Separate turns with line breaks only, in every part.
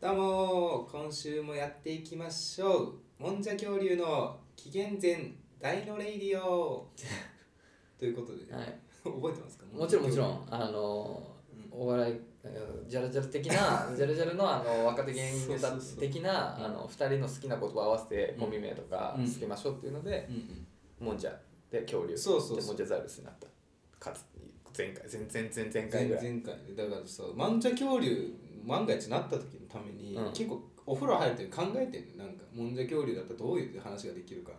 どうも今週もやっていきましょうもんじゃ恐竜の紀元前大のレイディ オということで、
はい、
覚えてますか
もちろんもちろ
うん
んあのお笑いうんジャルジャル 的なジャルジャルのあの若手芸人ネタ
そうそうそう
的な
うん
あの二人の好きな言葉を合わせて
うん
コンビ名とか
うん
つけましょうっていうので、
うん
もんじゃで恐竜
そうそうそう
でもんじゃザウルスになったかつ前回前前前前
前
回ぐらい
々回でだからさもんじゃ恐竜万が一なった時のために、
うん
結構お風呂入る時考えてんねなんかもんじゃ恐竜だったらどういう話ができるか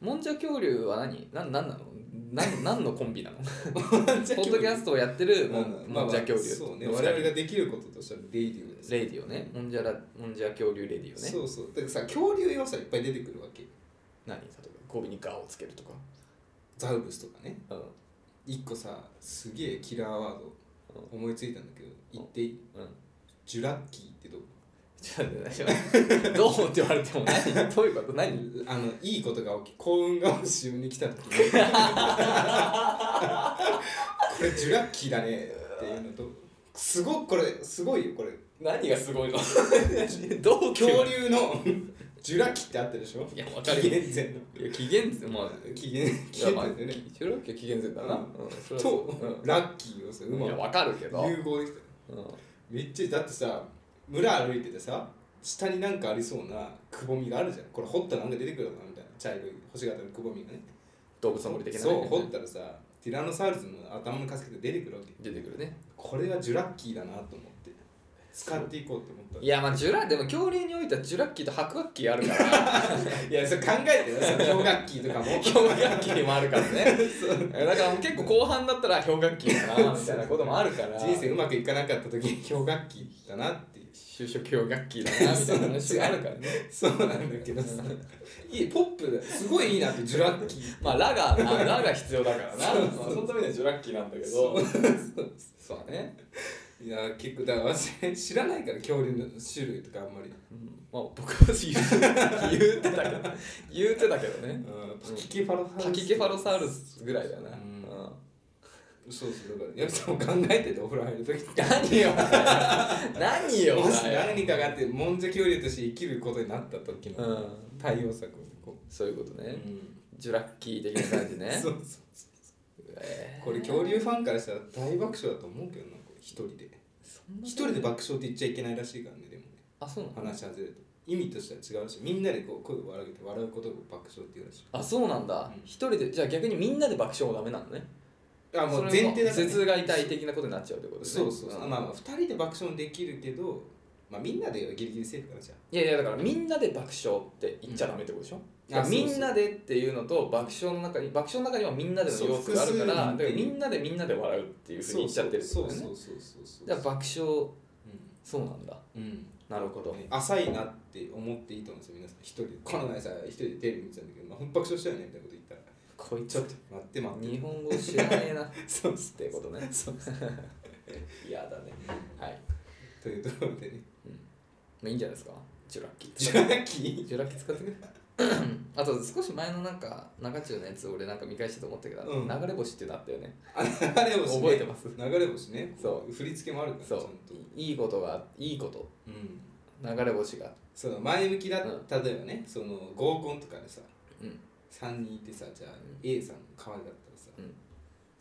もんじゃ恐竜は何なんなんなのなんなんのコンビな の
ポッド
ポッドキャストをやってるもん,、
うんまあまあ
じゃ恐竜
そうね
の二人
我々ができることとしてはレイディオです
レイディオねもんじゃらもんじゃ恐竜レディオね
そうそうだからさ恐竜要素がいっぱい出てくるわけ
何例えば語尾にガをつけるとか
ザウルスとかね
うん
一個さすげえキラーワード思いついたんだけど言っていい
うん
ジュラッキーってどう
ちょっと待ってどうって言われても何どういうこと何
あのいいことが起き幸運が自分に来た時にこれジュラッキーだねっていうのとすごくこれすごいよこれ
何がすごいのどうって言
恐
われ
竜のジュラキーってあってるでしょ
いやわかる
紀
よ
元前の
いや紀元前まあ
紀元
い
紀
や
元
まあ
前でね
収録期は紀元前だな、
う
うんんそれは
と
そう、うん
ラッキーをさうま
いやわかるけど、
く融合できた
う
めっちゃだってさ村歩いててさ下になんかありそうなくぼみがあるじゃんこれ掘ったらなんか出てくるのかなみたいな茶色い星形のくぼみがね
ん、動物の森的な、ね、
そう掘ったらさティラノサウルスの頭のcasket で出てくるわけ
出てくるね
これはジュラッキーだなと思って使っていこうと思った
いやまあジュラでも恐竜においてはジュラッキーと白楽器あるから
いやそれ考えてよその氷楽器とかも
氷楽器もあるからねだから結構後半だったら氷楽器だなみたいなこともあるから
人生うまくいかなかった時に氷楽器だなっていう
就職氷楽器だなみたいな話があるからね
そうなんだけどさいいポップだすごいいいなってジュラッキー
まあラがあラが必要だからな
そうそう
まあそのためにはジュラッキーなんだけど
そ
そううだね、
いや結構だから私知らないから恐竜の種類とかあんまり、
まあ僕は言う言うてたけど言うてたけどね
うん、パキケファロサウルス
パキケファロサウルスぐらいだな、
う
うんん
そうそうだからやっさんも考えててお風呂入る時って
何よ何よ
もし
お前
何かがあってもんじゃ恐竜として生きることになった時
う
の
ん
対応策をこ
そういうこと
う、
ね、ジュラッキー的な感じね
そうそう
えー
これ恐竜ファンからしたら大爆笑だと思うけどなこれ一人で
そんな
一人で爆笑って言っちゃいけないらしいからねでもね
あそうなの
話し外れると意味としては違うらしいみんなでこう声を笑うて笑うことを爆笑って言うらしい
あそうなんだ
うん
一、人でじゃあ逆にみんなで爆笑はダメなのね
あもう前提だから、
頭痛が痛い的なことになっちゃうってことね
そうそうそう、
ん
まあまあ2人で爆笑できるけど、まあ、みんなではギリギリセーフかなじゃ
いやいやだからみんなで爆笑って言っちゃダメってことでしょ、
うんあ
みんなでっていうのと爆笑の中に爆笑の中にはみんなでの要素がある
そ
から
う複数人
だからみんなでみんなで笑うって
あ
いうふうに言っちゃってるって
そ
こ
う
と
そう
だよ
そ
ね
うそうそうそう
だから爆笑そうなんだ
うん、うん
なるほど
浅いなって思っていいと思うんですよ皆さん一人でこの前さ一人でテレビ見てたんだけど、まあ、本爆笑したよねみたいなこと言ったら
こい
ち
つ
ょっと待って待って
日本語知らねえなっ
そうそう
てこと ね
そう
嫌だねはい
というところでね
まあいいんじゃないですかジュラッキ
ジ
ー
ュラキ
ジュラッキー使ってく れあと少し前のなんか中中のやつ俺なんか見返してと思ったけど、
うん
流れ星ってなったよね
あ流れ星ね
覚えてます
流れ星ね
そう
振り付けもあるからちゃ
そ
ん
う
と
いいことがいいこと
うん
流れ星が
その前向きだ、
うん
例えばねその合コンとかでさ
うん
3人いてさじゃあ
ん
A さん可愛かったらさ、
うん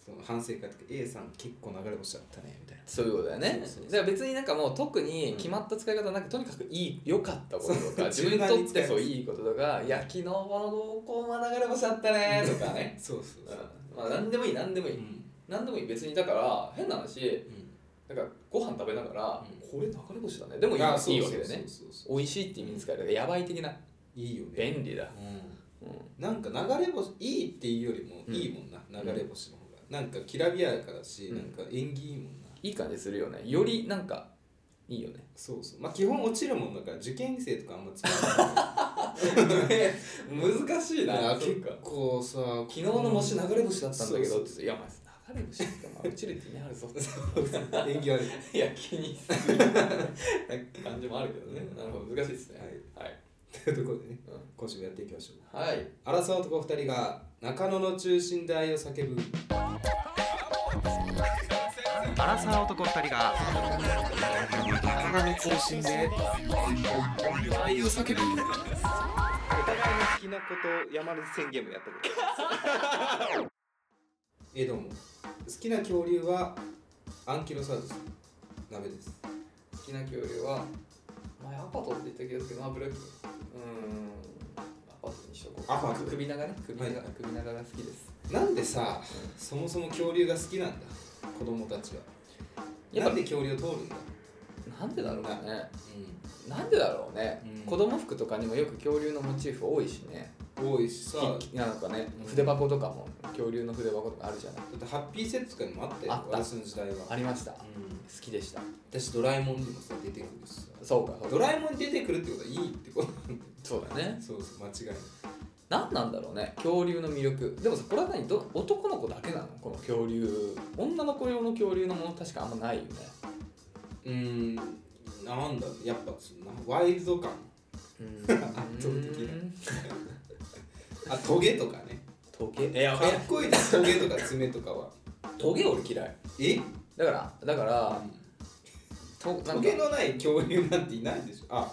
その反省会とか A さん結構流れ星だったねみたいな
そういうことだよね
そうそうそう
だから別になんかもう特に決まった使い方なく、とにかくいい良かったこととか
そう
自分にとっ
柔軟に使いま
て
す
そういいこととか「いや昨日この合コンは流れ星あった ね」とかね、
そうそうそう、
うん、まあ何でもいい何でもいい、
うん
何でもいい別にだから変な話なんかご飯食べながら、
うん
これ流れ星だねでもいい
あそう
いい
そ
わ
う
けだよね
そうそうそう
美味しいって意味に使えるからやばい的ない
いよね、
便利だ、
う
うん
ん、なんか流れ星いいっていうよりも
うん
いいもんな、流れ星の方がなんかきらびやかだし、
うん
なんか縁起いいもんない
い感じするよねよりなんかいいよね
そうそうまあ基本落ちるもんだから受験生とかあんま使わない
難しい
いや
な
結構さ昨
昨日の星流れ星だったんだけどって言っていやまあ流れ星ってまあうちれてねあるぞ
縁起悪い
いや気にする感じもあるけどねなるほど難しいですねはい
というところでね
うん
今週もやっていきましょう
はい、
争う男2人が中野の中心で愛を叫ぶ
アラサー男2人が花見通信で愛を叫ぶ
お互いの好きなこと山根宣言もやったことあります えどうも好きな恐竜はアンキロサウルス鍋です
好きな恐竜は前アパトって言った気がするけどまあブラックうんアパトにしとこう
アパト
首長ね首長,、
はい
首長が好きです
なんでさそもそも恐竜が好きなんだ子供たちは
やっぱ
なんで恐竜を通るんだ、
なんでだろうね
う
なんでだろうね、
うん
子供服とかにもよく恐竜のモチーフ多いしね
ん、多いしさだっ
きなんかね
うん
筆箱とかも恐竜の筆箱とかあるじゃない
てハッピーセットとかにもあったよ
あった
私の時代は、
ありました好
うん、
きでした
私ドラえもんにもさ出てくるしさ
そうかそうか
ドラえもんに出てくるってことはいいってこと
そうだね
そうそう間違いない
何なんだろうね恐竜の魅力でもさこれは何ど男の子だけなのこの恐竜女の子用の恐竜のもの確かあんまないよね
うーんなんだろうやっぱそのワイルド感
うん
圧倒的あトゲとかね
トゲいや
かっこいいですトゲとか爪とかは
トゲ俺嫌い
え
だからだからとなんか
トゲのない恐竜なんていないでしょあ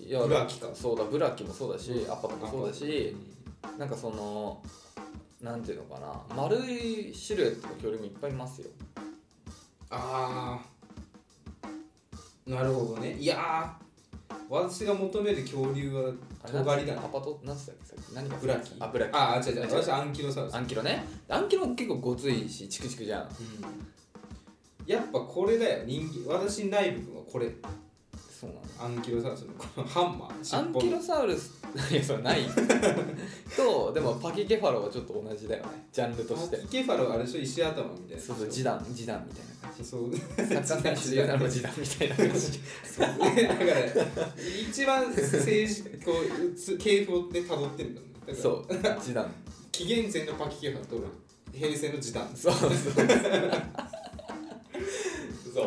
いや
ブラキか
そうだブラキもそうだし、アッパとかそうだし、
う
なんかそのなんていうのかな丸いシルエットの恐竜もいっぱいいますよ
ああなるほどねいやー私が求める恐竜は
あれ
尖りだ
なんつ
な
アパトなんつったっけさっき何か
ブラキ
あブラキ
あ違う違う私はアンキロサウルス
アンキロねアンキロも結構ごついしチクチクじゃ
う
ん
んやっぱこれだよ人間私にない部分はこれ
そうなの
アンキロサウルスのこのハンマー尻
ア
尾
ン
の
キロサウルス いやそれないとでもパキケファロはちょっと同じだよねジャンルとして
パキケファロはあれでしょ石頭みたいな
そうそう示談示談みたいな感
そう
じ サッカー選手で言うなら示談みたいな感じ
ねだから一番政治こうつ系譜をね辿ってるんだもんねだから
そう示談
紀元前のパキケファと平成の時短
そうそう
そうんなるほど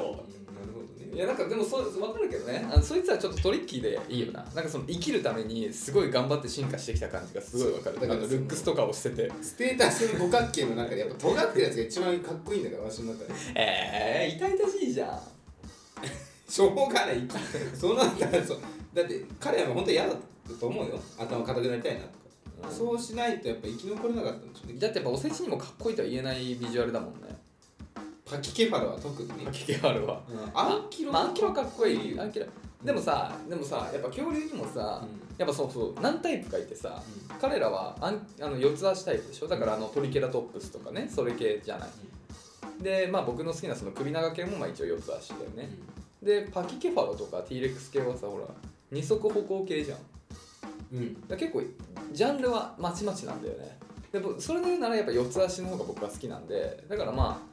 い
ね
やなんかでもそうわかるけどねあのそいつはちょっとトリッキーでいいよななんかその生きるためにすごい頑張って進化してきた感じがすごいわかる
そうだから
あのルックスとかを捨てて
ステータスの五角形の中でやっぱ尖ってるやつが一番かっこいいんだから私の中で
ええー、痛々しいじゃん
しょうがない生きそんなんだからそうだって彼らも本当に嫌だったと思うよ頭硬くなりたいなとか、そうしないとやっぱ生き残れなかったんでしょうね
だってやっぱおせちにもかっこいいとは言えないビジュアルだもんね
パキケファロは特に
パ
ね
キケファロは
うんアンキロ
まあ、アンキロはかっこいいよアンキロでもさでもさやっぱ恐竜にもさ、
うん
やっぱそうそう何タイプかいてさ、彼らはアンあの四つ足タイプでしょだからあのトリケラトップスとかねそれ系じゃないでまあ僕の好きなその首長系もまあ一応四つ足だよね、でパキケファロとか T レックス系はさほら二足歩行系じゃんだか
うんうん
ら結構ジャンルはまちまちなんだよねでぼそれで言うならやっぱ四つ足の方が僕は好きなんでだからま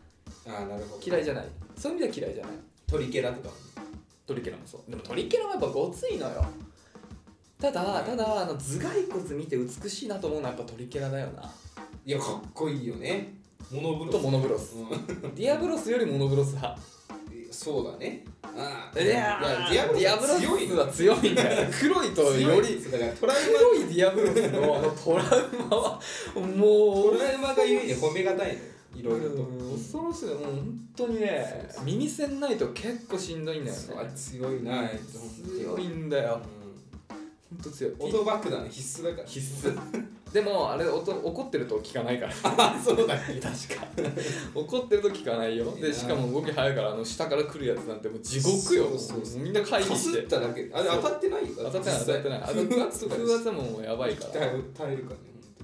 あ
あーなるほど
嫌いじゃないそういう意味では嫌いじゃない
トリケラとかも
トリケラもそうでもトリケラもやっぱごついのよただただあの頭蓋骨見て美しいなと思うのはやっぱトリケラだよない
やかっこいいよねモノブロ
と
ス
モノブロス
うん
ディアブロスよりモノブロス派
そうだねああ
いやー
いやディアブロス強い
ディアブロスは強いんだよ黒いとよ
より
り
だからトラウ
黒いディアブロスのあのトラウマはも
マ
う
トラウマがゆえに褒めがたいのいろいろと
うん恐ろしいもう本当にね
そうそう
耳栓ないと結構しんどいんだよね
そうあれ強いなあいつ
強いんだよ本当強い
音爆弾必須だから
必須でもあれ音怒ってると聞かないから
あそうだね
確か怒ってると聞かないよでしかも動き早いからあの下から来るやつなんてもう地獄よ
そうそうそう
みんな会議
か
し
すってただけあれ
そう
当たってないよ
当たってない当たってないあの
風圧とか
風圧ももうやばいから
耐えるからね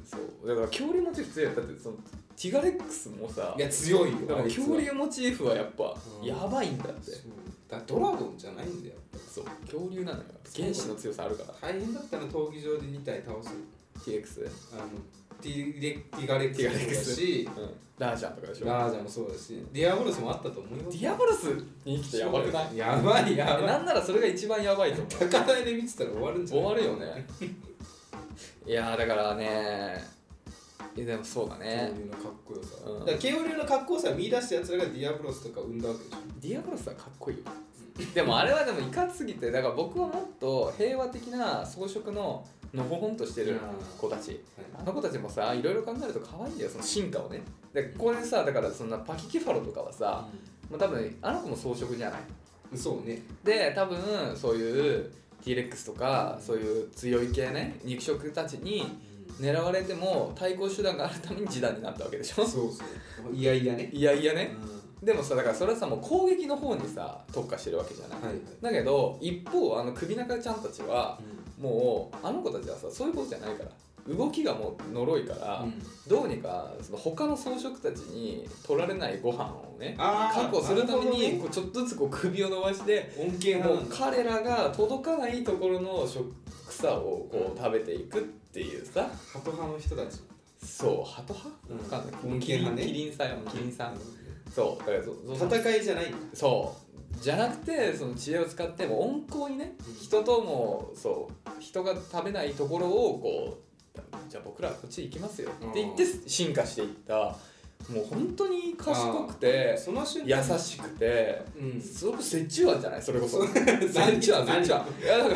そうだから恐竜モチーフ強いよだってそのティガレックスもさ
いや強いよ
だから
あいつは
恐竜モチーフはやっぱ
うん
やばいんだって
そうだからドラゴンじゃないんだよ
そう恐竜なのよ原子の強さあるから
大変だったな闘技場で2体倒す
TX
あのティレティガレックスもそうだし
うんラージャンとかでしょ
ラージャもそうだしディアボロスもあったと思いま
デ
す
ィアボロスに生きてやばくない
やばいや
えな
ばい
んならそれが一番やばいと思う
高台で見てたら終わるんじゃ
終
ない
わるよねいやーだからねいやでもそうだね
恐竜のかっこよさ、
うん
だから恐竜のかっこよさを見出したやつらがディアブロスとか生んだわけでしょ
ディアボロスはかっこいいよでもあれはでもいかつすぎてだから僕はもっと平和的な装飾ののほほんとしてる子たちあの子たちもさいろいろ考えると可愛いんだよその進化をねでここでさだからそんなパキケファロとかはさ、まあ、多分あの子も草食じゃない
そうね
で多分そういう T レックスとかそういう強い系ね肉食たちに狙われても対抗手段があるために示談になったわけでしょ
そうそういやいやね
いやいやね
う
でもさだからそれはさもう攻撃の方にさ特化してるわけじゃない、
んはいはい
だけど一方あの首中ちゃんたちはもうあの子たちはさそういうことじゃないから動きがもう呪いから、
うん
どうにかその他の装飾たちに取られないご飯をね
あー
確保するため
な
に
るほ
こうちょっとずつこう首を伸ばして
どね恩恵
もう
派なんだ
彼らが届かないところの食草をこ
うん
う食べていくっていうさ
ハト派の人たち
そうハト
うん
派わかんない
恩恵
キリン
派ね
キリンさんよキリンさんそうだからそそ
戦いじゃないんだ
そうじゃなくてその知恵を使っても温厚にね
うん
人ともそう人が食べないところをこうじゃあ僕らはこっち行きますよって言って進化していったもう本当に賢くて
その瞬
優
間
しくて
うん
すごく折衷案じゃないそれこそ折 衷案
何
折衷案いやだか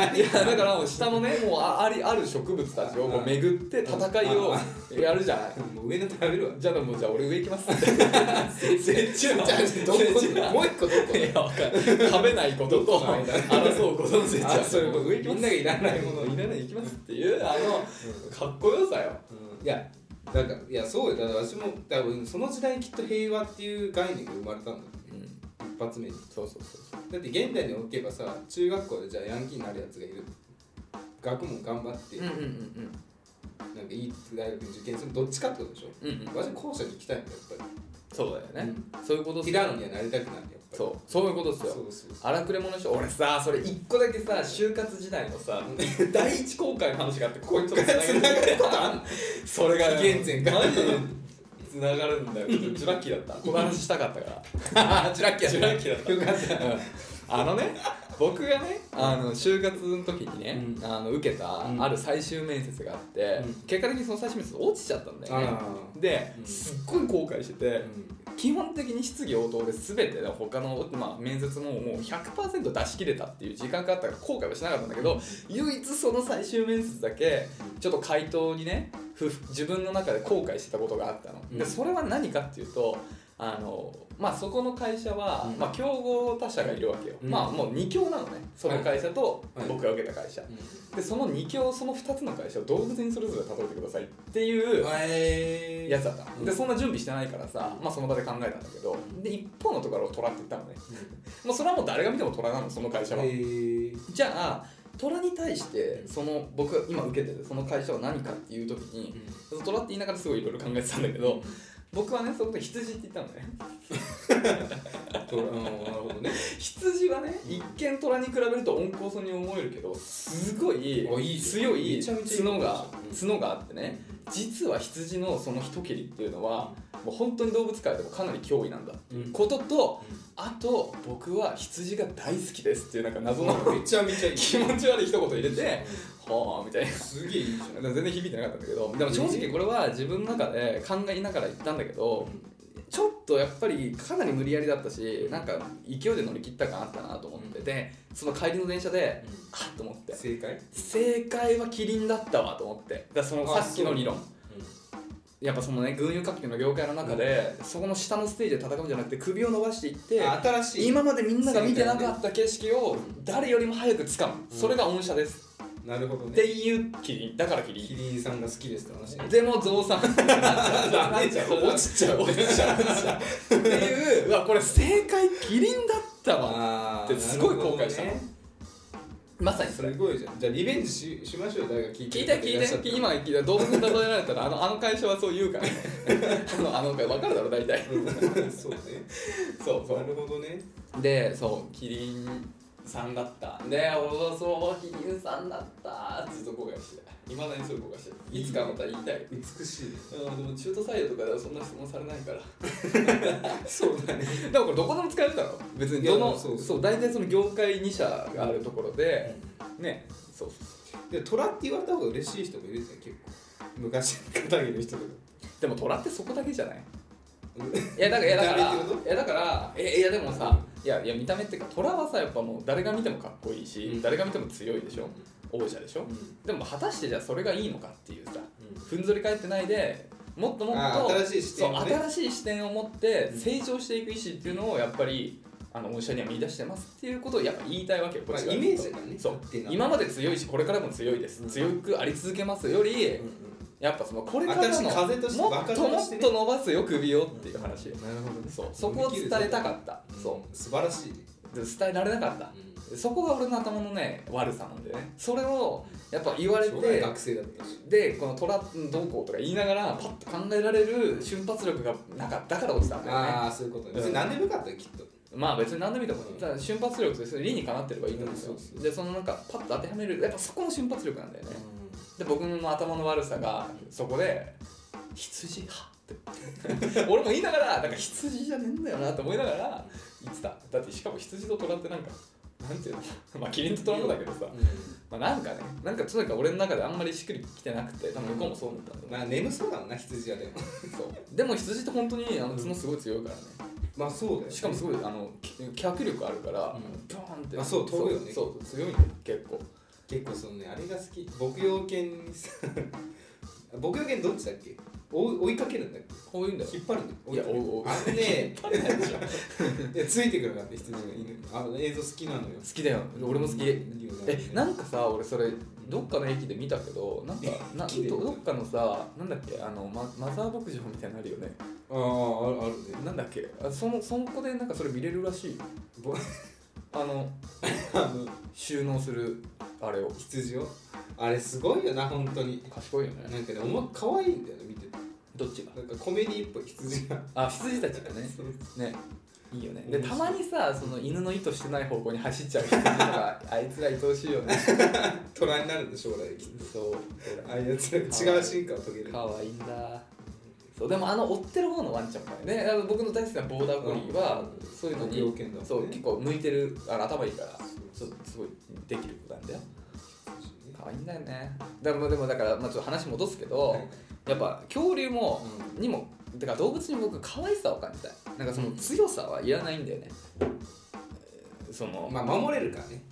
らいやだからもう下のねもうあありある植物たちをこう巡って戦いをやるじゃない
もう上の食べるわ
じゃあもうじゃあ俺上行きます 折衷案
どこもう一個どこ
いやわかんない食べないことと争うことのせいじゃ
あそういうこと
上行きま
み
す
んながいらないものを
いらない行きますっていうあのかっこよさよ
いやなんかいやそうよだから私も多分その時代きっと平和っていう概念が生まれたんだよね
うん
一発目に
そうそうそうそう
だって現代に置けばさ中学校でじゃあヤンキーになるやつがいる学問頑張って、
うんうんうん
なんかいい大学に受験するどっちかってことでしょ
うんうん
私後者に行きたいんだよやっぱ
そうだよね
う
そういうこと
り
っす
ティ
よ
ラノにはなりたくないやっぱり
そうそういうことっす
そう
よ
そうそう
荒くれ者でしょ俺さそれ一個だけさ就活時代のさ第一公開の話があってここにちょっと繋がることあん それが
紀元前から
マジで繋がるんだよちょっとジュラッキーだった この話したかったから
ああチュラッキー
ジュラッキーだった
よかった
あのね僕がねあの就活の時にね、
うん
あの受けた
うん
ある最終面接があって、
うん
結果的にその最終面接落ちちゃったんだよね
あ
で
うん
すっごい後悔してて、
ーうん
基本的に質疑応答で全ての他の、まあ、面接ももう100%出し切れたっていう時間があったから後悔はしなかったんだけど唯一その最終面接だけちょっと回答にねふ自分の中で後悔してたことがあったの、
うん
でそれは何かっていうとあのまあそこの会社は、
うん
まあ、競合他社がいるわけよ、
うん
まあもう2強なのねその会社と
はい
僕が受けた会社、でその2強その2つの会社を動物にそれぞれ例えてくださいっていう
え
やつだったので
うん
そんな準備してないからさ、まあ、その場で考えたんだけどで一方のところを虎って言ったのねもうそれはもう誰が見ても虎なのその会社は、
へえ
じゃあ虎に対してその僕が今受けてるその会社は何かっていう時にその虎って言いながらすごいいろいろ考えてたんだけど僕はねその時羊って言ったのね
とうんなるほどね
羊はね一見虎に比べると温厚そうに思えるけどすごい
あいいじゃん
強い
めちゃめちゃいい
角が
うん
角があってね実は羊のその一蹴りっていうのはもう本当に動物界でもかなり脅威なんだっていうこととあと僕は羊が大好きですっていうなんか謎の
めちゃめちゃいい
気持ち悪い一言入れてはあみたいな
すげえいいじゃん
でも全然響いてなかったんだけどでも正直これは自分の中で考えながら言ったんだけどちょっとやっぱりかなり無理やりだったしなんか勢いで乗り切った感あったなと思っててその帰りの電車であっと思って
正解
正解はキリンだったわと思ってだからその
あ
さっきの理論
うん
やっぱそのね群雄割拠の業界の中で、そこの下のステージで戦うんじゃなくて首を伸ばしていって
あ新しい
今までみんなが見てなかった景色を誰よりも早く掴む、
うん
それが御社です、
なるほどね
っていうキリンだからキリン
キリンさんが好きですって話
でも増産ダメじゃん
落ちちゃう
落ちちゃう落ちちゃうって いううわこれ正解キリンだった
あ
わってすごい後悔したのまさにそ
す
れ
ごいじゃんじゃあリベンジししましょう誰か聞いて
聞いた聞いた聞いた今聞いた動物に例えられたらあのあの会社はそう言う からねあのあの会分かるだろ大体
今 そうね
そうそう
なるほどね
でそうキリンさんだったで俺はそうキリンさんだったずっと後悔していまだにそう後悔してるいつかまた言いたい
美しいね
うんでも中途採用とかではそんな質問されないから
そうだね
だからこれどこでも使えるだろ別に
いや
どの
そ
そうう大体その業界2社があるところで、ねそう
で虎って言われた方が嬉しい人もいるじゃん結構昔肩上げる人とか
でも虎ってそこだけじゃない
うん
いやだからいやだか
見た
ら
目ってこと
いやだからえいやでもさいやいや見た目っていうか虎はさやっぱもう誰が見てもかっこいいし、
うん
誰が見ても強いでしょ王者でしょ、でも果たしてじゃあそれがいいのかっていうさ
うん
ふんぞり返ってないでもっともっ
あ
と
ー新しい視点をね
そう新しい視点を持って
うん
成長していく意思っていうのをやっぱりあの御社には見出してますっていうことをやっぱ言いたいわけよこ
まあ、
っちから
イメージがね
そう
勝手な
今まで強いしこれからも強いです、
うん
強くあり続けますより、
うんうん
やっぱそのこれからの
私風として
もっ
爆発
とも
と
っ
してね
と伸ばすよ首をっていう話よ、
なるほどね
そうそこを伝えたかった、
うん
そ
素晴らしいね、
うで伝えられなかった、そこが俺の頭のね悪さなんだよねそれをやっぱ言われ
小学
て
学生だったし
でこのトラどうこうとか言いながらパッと考えられる瞬発力がなかったから落ちたんだよね
ああそういうことね別に何でもよかったよきっと
まあ別に何でもいいと思
うん
うただ瞬発力です理にかなってればいいと思うんですよ、
うんそうそう
でそのなんかパッと当てはめるやっぱそこの瞬発力なんだよねで僕の頭の悪さがそこで羊派って 俺も言いながらなんか羊じゃねえんだよなと思いながら言ってただってしかも羊と虎ってなんかなんていうの まあキリンと虎もだけどさ、
う
まあ、なんかねなんかとにかく俺の中であんまりしっくりきてなくて多分向こうもそう思ったんだ
ん
と思
まあ眠そうだもんな羊はでも
う、そうでも羊って本当にあの角すごい強いからね
まあそうだよ
しかもすごいあのき脚力あるから、
うん
ドーンって
あそう飛ぶよね
そうそう強いんだよ結構
結構そのねあれが好き牧羊犬にさ 牧羊犬どっちだっけ追い追いかけるんだっけ
こういうんだよ
引っ張るんだよ
いや追う追う
あのね いやついてくるなんて羊が犬あの映像好きなのよ
好きだよ俺も好きえ
な
なんかさ俺それどっかの駅で見たけどなんかな
駅で
どどっかのさなんだっけあの、ま、マザー牧場みたいなのあるよね
あああるあるね
なんだっけあそのそこでなんかそれ見れるらしいよ
ぼ
あの
あの
収納するあれを
羊をあれすごいよな本当に
賢いよね
なんかねおも可愛いんだよね見てて
どっちが
なんかコメディっぽい羊が
あ羊たちがねねいいよねで
面白
た
い
まにさその犬の意図してない方向に走っちゃう人 とかあいつら愛おしいよね
虎になるんで将来きっ
そう
とああいうやつら違う進化を遂げる
かわいいんだそうでもあの追ってる方のワンちゃんもねあの僕の大好きなボーダーコリーは
うん
そういうのに、
牧羊犬だもんね
そう結構向いてるあの頭いいから
そ
そううすごいできる子なんだよ可愛いんだよねでもでもだから、まあ、ちょっと話戻すけど、
はい
やっぱ恐竜も、
う
にもだから動物に僕可愛さを感じたいなんかその強さはいらないんだよね、えーその、
まあ守れるからね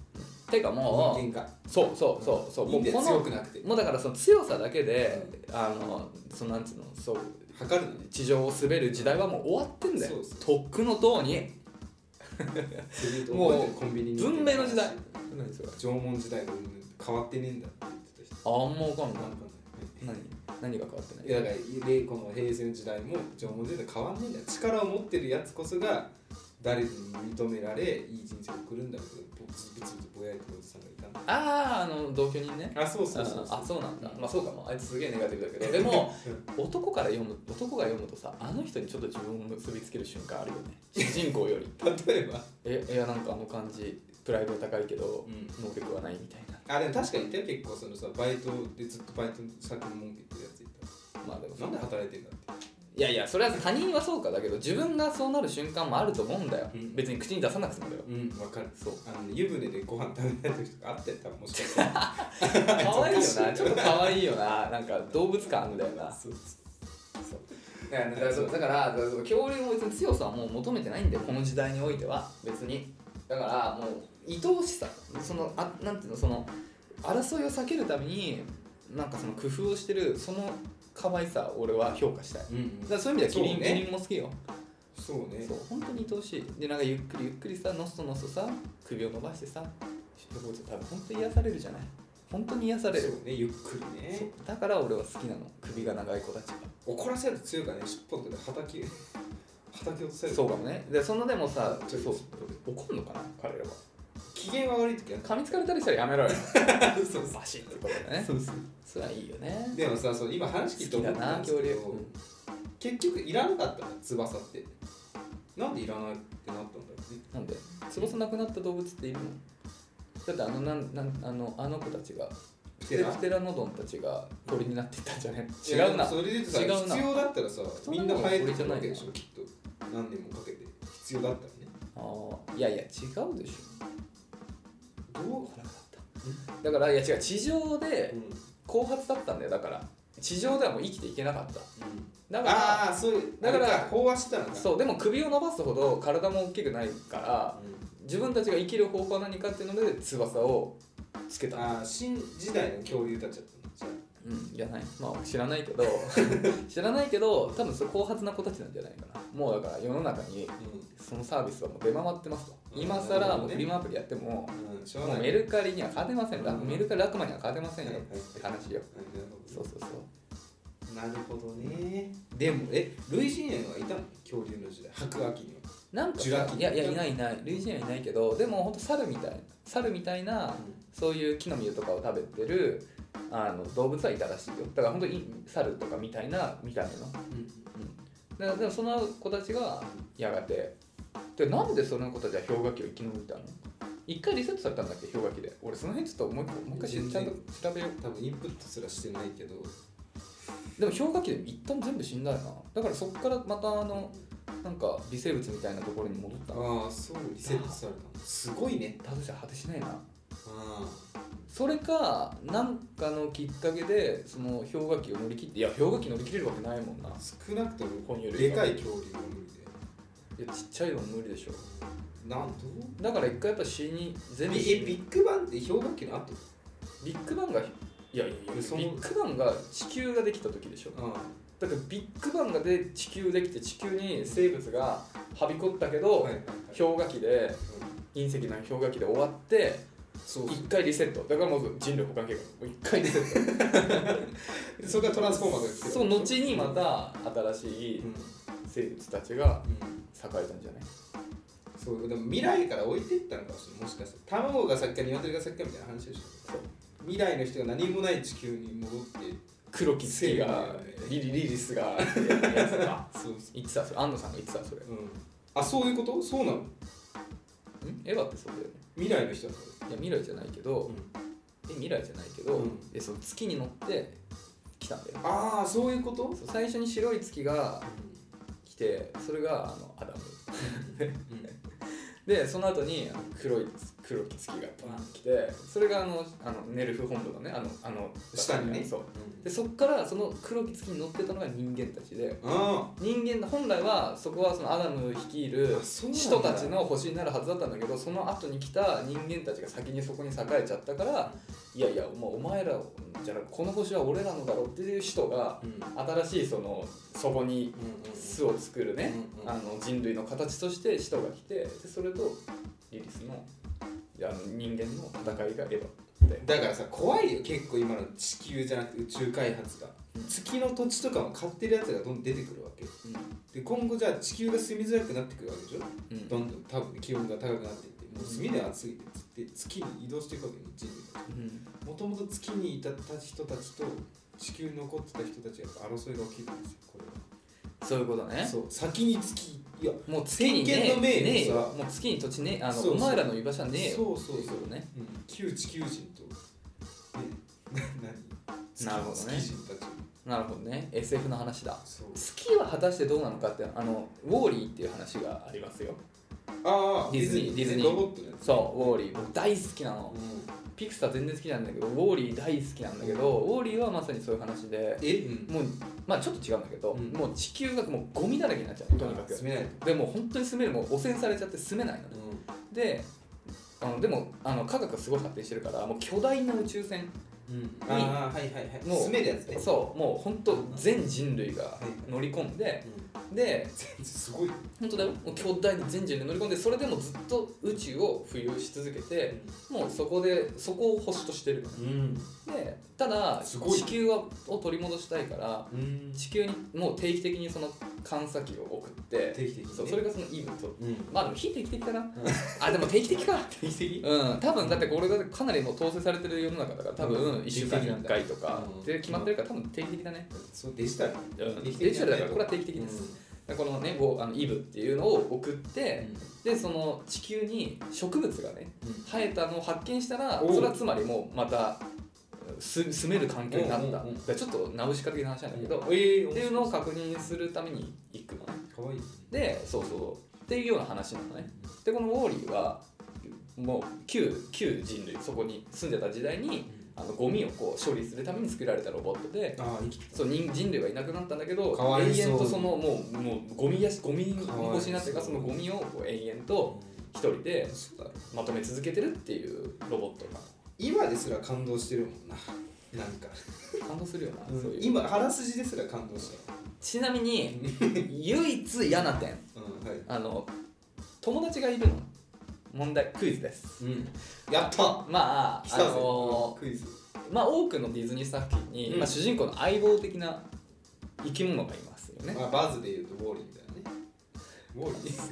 ていうかもう
人間が
そうそうそうそう、
いいんだよ
もうこ
強
の
くなくて
もうだからその強さだけで、あのそのなんつうのそう
測るのね
地上を滑る時代はもう終わってんだよ
そうそう
とっくの塔にもう
コンビニに
文明の時代何それ
縄文時代の文明変わってねえんだって言ってた人
ああんまわかんな
ないんかね
何何が変わってない
いやだかられこの平成の時代も縄文時代と変わんねえんだよ力を持ってるやつこそが誰にも認められいい人生を送るんだけどぼつぶつぶつぼやいてるおじさんがいたんだ
あああの同居人ね
あそうそうそう
ああそうなんだ、
うん
まあそうかもあいつすげえネガティブだけどで も男から読む男が読むとさあの人にちょっと自分を結びつける瞬間あるよね主人公より
例えば
えいやなんかあの感じプライド高いけど
うん
能力はないみたいな
あでも確かにいたよ結構そのさバイトでずっとバイト先の文句言ってるやつい
まあでも
たなんで働いてんだって
いやいやそれは他人はそうかだけど自分がそうなる瞬間もあると思うんだよ、
うん
別に口に出さなくてもだよ
うんわかる
そう
あの、ね、湯船でご飯食べない時とかあったよ多分もしかしたら
可 愛いよなちょっと可愛いよ ななんか動物感あるんだよな
そう
だからだからそうだからだからそう恐竜も別に強さはもう求めてないんだよこの時代においては別にだからもう愛おしさそのあなんていうのその争いを避けるためになんかその工夫をしてるその可愛さを俺は評価したいだ
うん、うん
からそういう意味ではキリン,、
そうね
キリンも好きよ
そうね
そう本当に愛おしいでなんかゆっくりゆっくりさのそのそさ首を伸ばしてさ食事多分本当に癒されるじゃない本当に癒され
そ
る
うねゆっくりね
そうだから俺は好きなの首が長い子たちが
怒らせると強いからね尻尾とかではたき はたき落とされる
そうかもねでそのでもさ
ち
そ
ょ
う
っと
怒んのかな彼らは
機嫌が悪い時は
噛みつかれたりしたらやめろよ
そうそ
バシッてことだね
うそう
それはいいよね
でもさその今話聞いて
好きだ
った
なん
です
恐
け
竜、
ど結局いらなかったの翼ってなんでいらないってなったんだろ うね
なんで翼なくなった動物っているのだってあのなんなんあのあの子たちが
プ
プテプテラノドンたちが鳥になっていったんじゃない違うな
それで言うとさ
違うな
必要だったらさ
普通
み
の
んな
ものは
生え
こ
て
れじゃ
く
ない
わけでしょきっと何年もかけて必要だったらね
あーいやいや違うでしょ
どう
なかっただからいや違う地上で
うん
後発だったんだよだから地上ではもう生きていけなかっただから
ああそういう
だから
あれ飽和してたのか
そうでも首を伸ばすほど体も大きくないから自分たちが生きる方法は何かっていうので翼をつけた
ああ新時代の恐竜たちだったのじゃあ
うん、じゃないまあ知らないけ ど知らないけど多分それ後発な子たちなんじゃないかなもうだから世の中にそのサービスはもう出回ってますと
うん
今更もうフリマアプリやっても
うん、うん、しょう
も
が
う
ない
メルカリには勝てません、
うん
メルカリ悪魔には勝てませんよ
はいはい
って話よそうそうそう
なるほどねでもえ類人猿はいたの恐竜の時代白亜紀には
なんか
ジュラ
さ
紀
いやいやいないいない類人はいないけどでもほんと猿みたい猿みたいなそういう木の実とかを食べてるあの動物はいたらしいよだから本当に猿とかみたいな見た目のだからでもその子たちがやがてでなんでその子たちは氷河期を生き延びたの一回リセットされたんだっけ氷河期で俺その辺ちょっともう一個もう一回しちゃんと調べよう
多分インプットすらしてないけど
でも氷河期で一旦全部死んだよなだからそこからまたあのなんか微生物みたいなところに戻ったの
ああそうリセットされたのすごいね
ただじゃ果てしないな
あ
それかなんかのきっかけでその氷河期を乗り切っていや氷河期乗り切れるわけないもんな
あ少なくとも
哺乳類
でかい恐竜は無理で
いやちっちゃいの無理でしょ
なんと
だから一回やっぱ死に全部
え
死に
ビッグバンって氷河期の後
ビッグバンがいやいやいやビ
その
ッグバンが地球ができた時でしょ
あ
だからビッグバンがで地球できて地球に生物がはびこったけ
あは
ど、
いはいはい
氷河期で隕石の氷河期で終わって
そう
一回リセットだからもう人類保管計画もう一回リセッ
でそれからトランスフォーマーが来
ト
て
その後にまた新し
うん、う
い
ん
生物たちが栄えたんじゃない
そうでも未来から置いていったのかもしれないもしかしたら卵が先か鶏が先かみたいな話でしょ
そう
未来の人が何もない地球に戻って
黒き月が
生
リリリリスがってやつが
そうそ
言ってたそれ安野さんが言ってたそれん
う、うん、あそういうことそうなの
エヴァってそうだよね
未来の人なの
いや未来じゃないけど、え未来じゃないけど、
うん
でその月に乗って来たんだよ
ああそういうこと
そう最初に白い月が来てそれがあのアダムでその後にあの黒い黒き月がバーン来てそれがあのあのネルフ本土のねあのあの
下にね
そう
うん
でそっからその黒き月に乗ってたのが人間たちで
あ
人間本来はそこはそのアダム率いる
あそうなんだ
人たちの星になるはずだったんだけどその後に来た人間たちが先にそこに栄えちゃったからいやいやもうお前らじゃなくこの星は俺らのだろうっていう人が
うんうん
新しいそのそこに
うん
巣を作るね
うんうん
あの人類の形として人が来てでそれとリリスのいやあの人間の戦いがエヴァで
だからさ怖いよ結構今の地球じゃなくて宇宙開発が
うん
月の土地とかも買ってるやつがどんどん出てくるわけで今後じゃあ地球が住みづらくなってくるわけでしょ
うんうん
どんどん多分気温が高くなっていってもう住みで暑いって言って月に移動していくわけね人類が
うん
もともと月にいた人たちと地球に残ってた人たちがやっぱ争いが起きるんですよこれは
そういうことね
そう先に月いや
もう月に
人間
ね
の命
ねえよ
さ
もう月に土地ねあの
そうそう
お前らの居場所はねえよ
そうそうそう
っていね
うん旧地球人とねな何月
なるほどね
月人たち
なるほどね SF の話だ
そう
月は果たしてどうなのかってあのウォーリーっていう話がありますよ
ああ
ディズニーディズニー
ロボットのやつ
そうウォーリー僕大好きなの
うん
ピクサー全然好きじゃないんだけどウォーリー大好きなんだけどウォーリーはまさにそういう話で
えうん
もうまあちょっと違うんだけど、
うん
もう地球がもうゴミだらけになっちゃうとにかく
住めないと
でもう本当に住めるもう汚染されちゃって住めないのねであのでもあの科学がすごい発展してるからもう巨大な宇宙船
うんうんああはいはいはい
もう
住めるやつね
そうもう本当全人類が乗り込んで
うん
で
すごいうん
本当だよもう巨大に全人類乗り込んでそれでもずっと宇宙を浮遊し続けてもうそこでそこを星としてるよねでただ
すごい
地球をを取り戻したいから
うん
地球にもう定期的にその探査機を送って
定期的にね
そうそれがそのイーブンと
うん
まあでも非定期的かなあでも定期的か
定期的
うん多分だってこれがかなりもう統制されてる世の中だから多
う
分
ん
1週間に1回とか
うん
で決まってるから多分定期的だね
そうデジタル
うんデジタルだからこれは定期的ですでこのねこうあのイブっていうのを送ってでその地球に植物がね
うん
生えたのを発見したら
おう
それはつまりもうまたす住める環境になった
うん
だ
うんうん
からちょっとナウシカ的な話なんだけどっ
ええ
ていうのを確認するために行くのね
かわいい
でそうそうっていうような話なのねでこのウォーリーはもう旧旧人類そこに住んでた時代にあのゴミをこう処理するために作られたロボットで
ああ生きて
そう人人類はいなくなったんだけど
かわいそうに
永遠とそのもうもうゴミやしゴミに
かわいそう
越しになってるからそのゴミをこう延々と一人でまとめ続けてるっていうロボットが
今ですら感動してるもんななんか
感動するよな、そういう
今腹筋ですら感動したよ
ちなみに唯一嫌な点
うんはい
あの友達がいるの問題クイズで
う
す
んやった
まあ
来
あ
たぜ
の
クイズ
まあ多くのディズニー作品に、
うん
まあ、主人公の相棒的な生き物がいますよね
まあバズでいうとウォーリーだよねウォーリー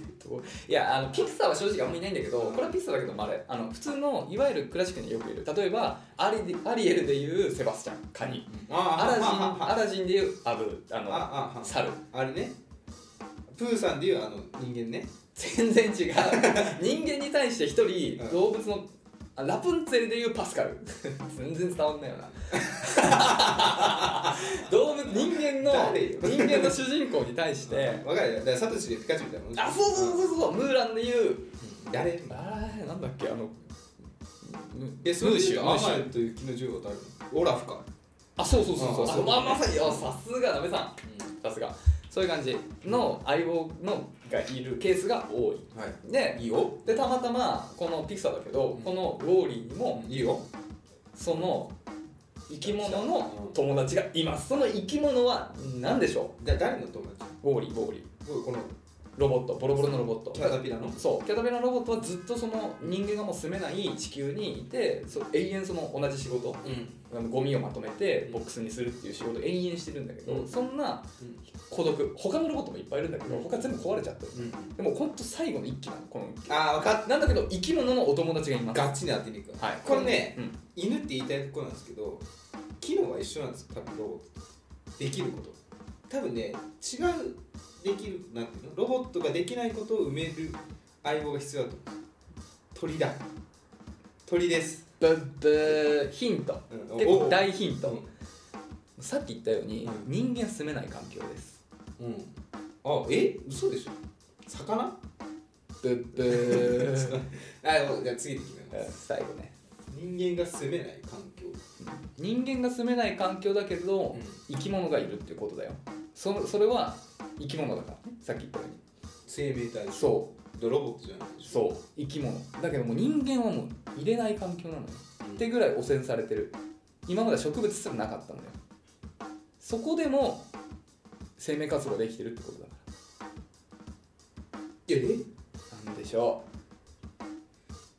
いやあのピクサーは正直あんまりいないんだけどこれはピクサーだけどもあれあの普通のいわゆるクラシックによくいる例えばアリでアリエルでいうセバスチャンカニア
あ
ラジン
あ
アラジンでいうアブあの
ああ
猿
あれねプーさんでいうあの人間ね
全然違う人間に対して一人
うん
動物のあラプンツェルでいうパス カル全然伝わんないよな動物人間の
誰よ
人間の主人公に対して
わかるよだからサトシでピカチュウみたいなもんでしょ
あそうそうそうそうムーランでいう
うん誰
あーなんだっけあのム
えそれ
ムーシ
で
ュ
ア
ムーシ
マ
ュ
ルと雪の女王誰オラフか
あそうそうそうそう
あ
あ
そう
まあまさによさすがなべさんさすがそういう感じの相棒のがいるケースが多い
はい
で
いいよ
でたまたまこのピクサーだけど、
うん
このウォーリーにも
いいよ
その生き物の友達がいますその生き物は何でしょ
じゃあ誰の友達
うウォーリーウォーリー
おいこの
ロボットボロボロのロボット
キャタピラの
そうキャタベラロボットはずっとその人間がもう住めない地球にいてそう永遠その同じ仕事
うん
あのゴミをまとめて
うん
ボックスにするっていう仕事を延々してるんだけど、
うん
そんな孤独他のロボットもいっぱいいるんだけど
うん
他全部壊れちゃってる
うん
でもほんと最後の一機なのこの一機
ああ分かっ
なんだけど生き物のお友達がいま
た
す
ガチに当てにいく
はい、
これね
うん
犬って言いたいとこなんですけど機能は一緒なんですよ多分ロボットとできること多分ね違うできるなんていうのロボットができないことを埋める相棒が必要だと思う鳥だ鳥です、
ブッブーヒント
うん
結
お
構
お
大ヒント、
う
さっき言ったように、
うん
人間住めない環境です
ん、うん、あえ嘘でしょ魚あ
ブッブー
じ ゃあ次で決め
う
ま
ん
す
最後ね
人間が住めない環境、
人間が住めない環境だけど、生き物がいるっていうことだよそそれは生き物だからねさっき言ったように
生命体でしょ
そ
でロボットじゃないで
う
しょ
そう生き物だけどもう人間はもう入れない環境なのよ
うん
ってぐらい汚染されてる今までは植物すらなかったんだよそこでも生命活動ができてるってことだか
いやえ
らなんでしょ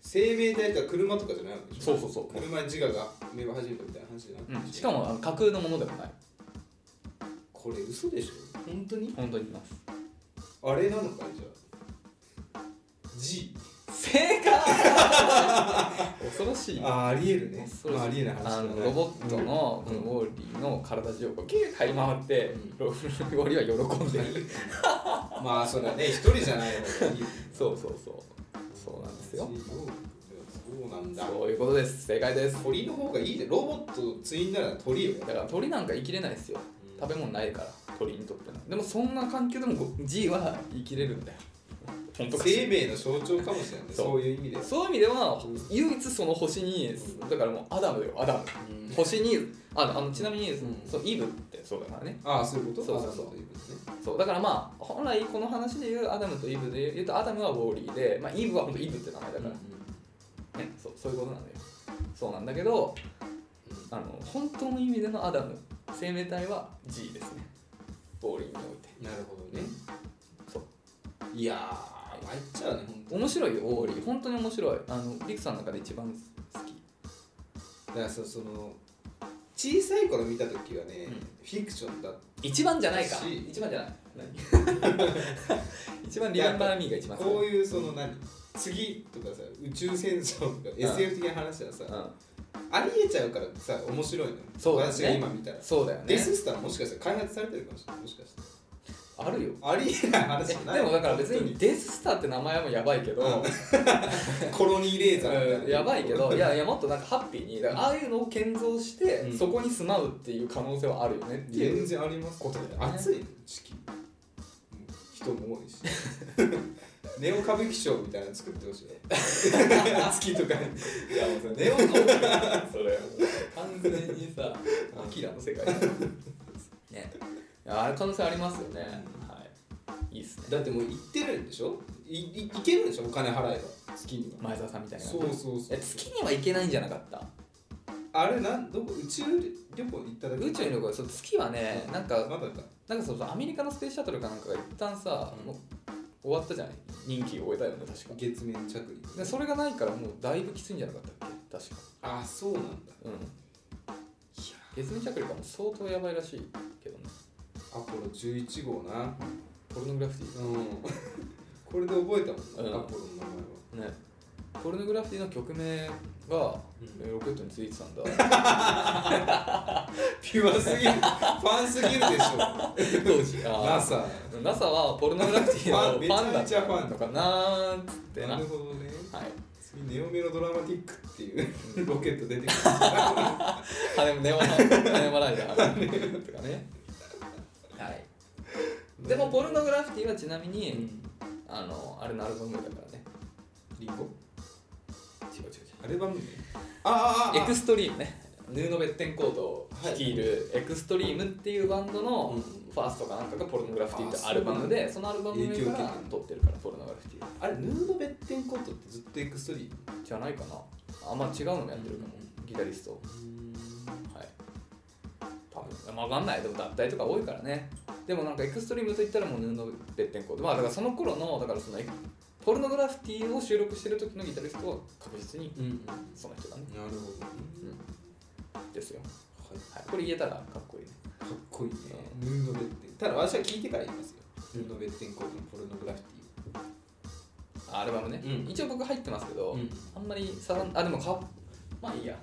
生命体とか車とかじゃないわけでしょ
そうそうそう
車に自我が芽生え始めたみたいな話じゃな
う、
く
う
て、
ん、しかもあの架空のものでもない
これ嘘でしょ本当に
本当にいます
あれなのかいじゃあ G
正解恐ろしい
あありえるね
恐ろし
ま
い
あ、ありえない話
あ
だ
のロボット のこ
うん
のウォーリーの体中をこうキューッ張り回って
うん
ロウォーリーは喜んでいる
まあそれはね一人じゃない方がいいよ
そうそうそうそうなんですよ
そうなんだ
そういうことです正解です
鳥の方がいいじゃんロボットツインなら鳥よ
だから鳥なんか生きれないですよ
うん
食べ物ないから鳥にとってのでもそんな環境でもこう G は生きれるんだよ本当かしら
生命の象徴かもしれないね
そう
そういう意味で
そういう意味では
うん
唯一その星に
うん
だからもうアダムよアダム
うん
星にあのあのちなみに
ん
そうイブってそうだからね
ああそういうこと
そうそうそう
あということね
そうだからまあ本来この話で言うアダムとイブで言うとアダムはウォーリーで、まあ、イブは本当イブって名前だから、ねそうそういうことなんだよそうなんだけどあの本当の意味でのアダム生命体は G ですねウォーリーにおいて
うんなるほどね
そう
いやー参っちゃうね本当に
面白いよウォーリー本当に面白いあのリクさんの中で一番好き
だからさその小さい頃見た時はね、
うん
フィクションだっ
一番じゃないか
し
一番じゃない 何一番リメンバーミーが一
た
番
こう
う、
いうその何次とかさ宇宙戦争とか SF 的な話はさ、
う
ありえちゃうからさ面白いのよ
そうだね
私が今見たら、
ん、そうだよ
デ
ね
ススターもしかしたら開発されてるかもしれないもしかして
あるよ
ありえない話じゃない
でもだから別にデススターって名前もやばいけど、
うんコロニーレーザーみたいな、
うんやばいけどいやいやもっとなんかハッピーにだからああいうのを建造して、
うん
そこに住まうっていう可能性はあるよねっていう
全然あります
ことだよね
暑いの地球人も多いし ネオ歌舞伎町みたいなの作ってほしい 月とかに
いやもうさネオンの方がそれ完全にさアキラの 世界だねいやあれ可能性ありますよね、はいいいっすね
だってもう行ってるんでしょいい行けるんでしょお金払えば月には、
前澤さんみたいな
そうそうそう
え月には行けないんじゃなかった
あれなんどこ宇宙旅行行っただけ
宇宙に旅行そう月はねなんか
まだだ
なんかそうそうアメリカのスペースシャトルかなんかが一旦さ、
うん
もう終わったじゃない任期を終えたよね確か
月面着陸
でそれがないからもうだいぶきついんじゃなかったっけ確か
あそうなんだ
うん月面着陸はもう相当やばいらしいけどね
アポロ11号な
ポルノグラフィテ
うんこれで覚えたもん、
うん
アポロの名前は
ィねポルノグラフィティの曲名
う
が
ん
えーロケットについてたんだ
ピュアすぎるファンすぎるでしょ
当時あー
NASA
NASA はポルノグラフィティのフ
フ
ァ
ァ
ン
ン
だ
めちゃ
っ
めちゃファ
た
ン
のかなーっつってな
な
は
る
い
ほどね次ネオメロドラマティックっていうロケット出てくる
羽もネオマ羽もライダーとかねはいでもポルノグラフィティはちなみに、あのあれのアルバムだからね
リンゴ
違う違う違う
アルバム名あーあーあー
エクストリームねヌーノ・ベッテンコートを率いるエクストリームっていうバンドの
うん
ファーストかなんかがポルノグラフィティってアルバムでそのアルバム名か
影響受け
ら
てる
撮ってるからポルノグラフィティ
あれヌードベッテンコートってずっとエクストリーム
じゃないかなあんまあ違うのもやってるかもギタリストはい多分まあわかんないでも脱退とか多いからねでもなんかエクストリームといったらもうヌーノ・ベッテンコートまあだからその頃のだからそのエクポルノグラフィティを収録してる時のギタリストは確実に
うん、な
その人だね
るほど、
うんですよ、
はい
はい、これ言えたらかっこいいね
かっこいいね。ヌードベッテン。ただ私は聞いてから言いますよ。ヌードベッテンコートのポルノグラフィテ
あアルバムね、
うん
一応僕入ってますけど、
うん
あんまりささんあでもかまあいいや、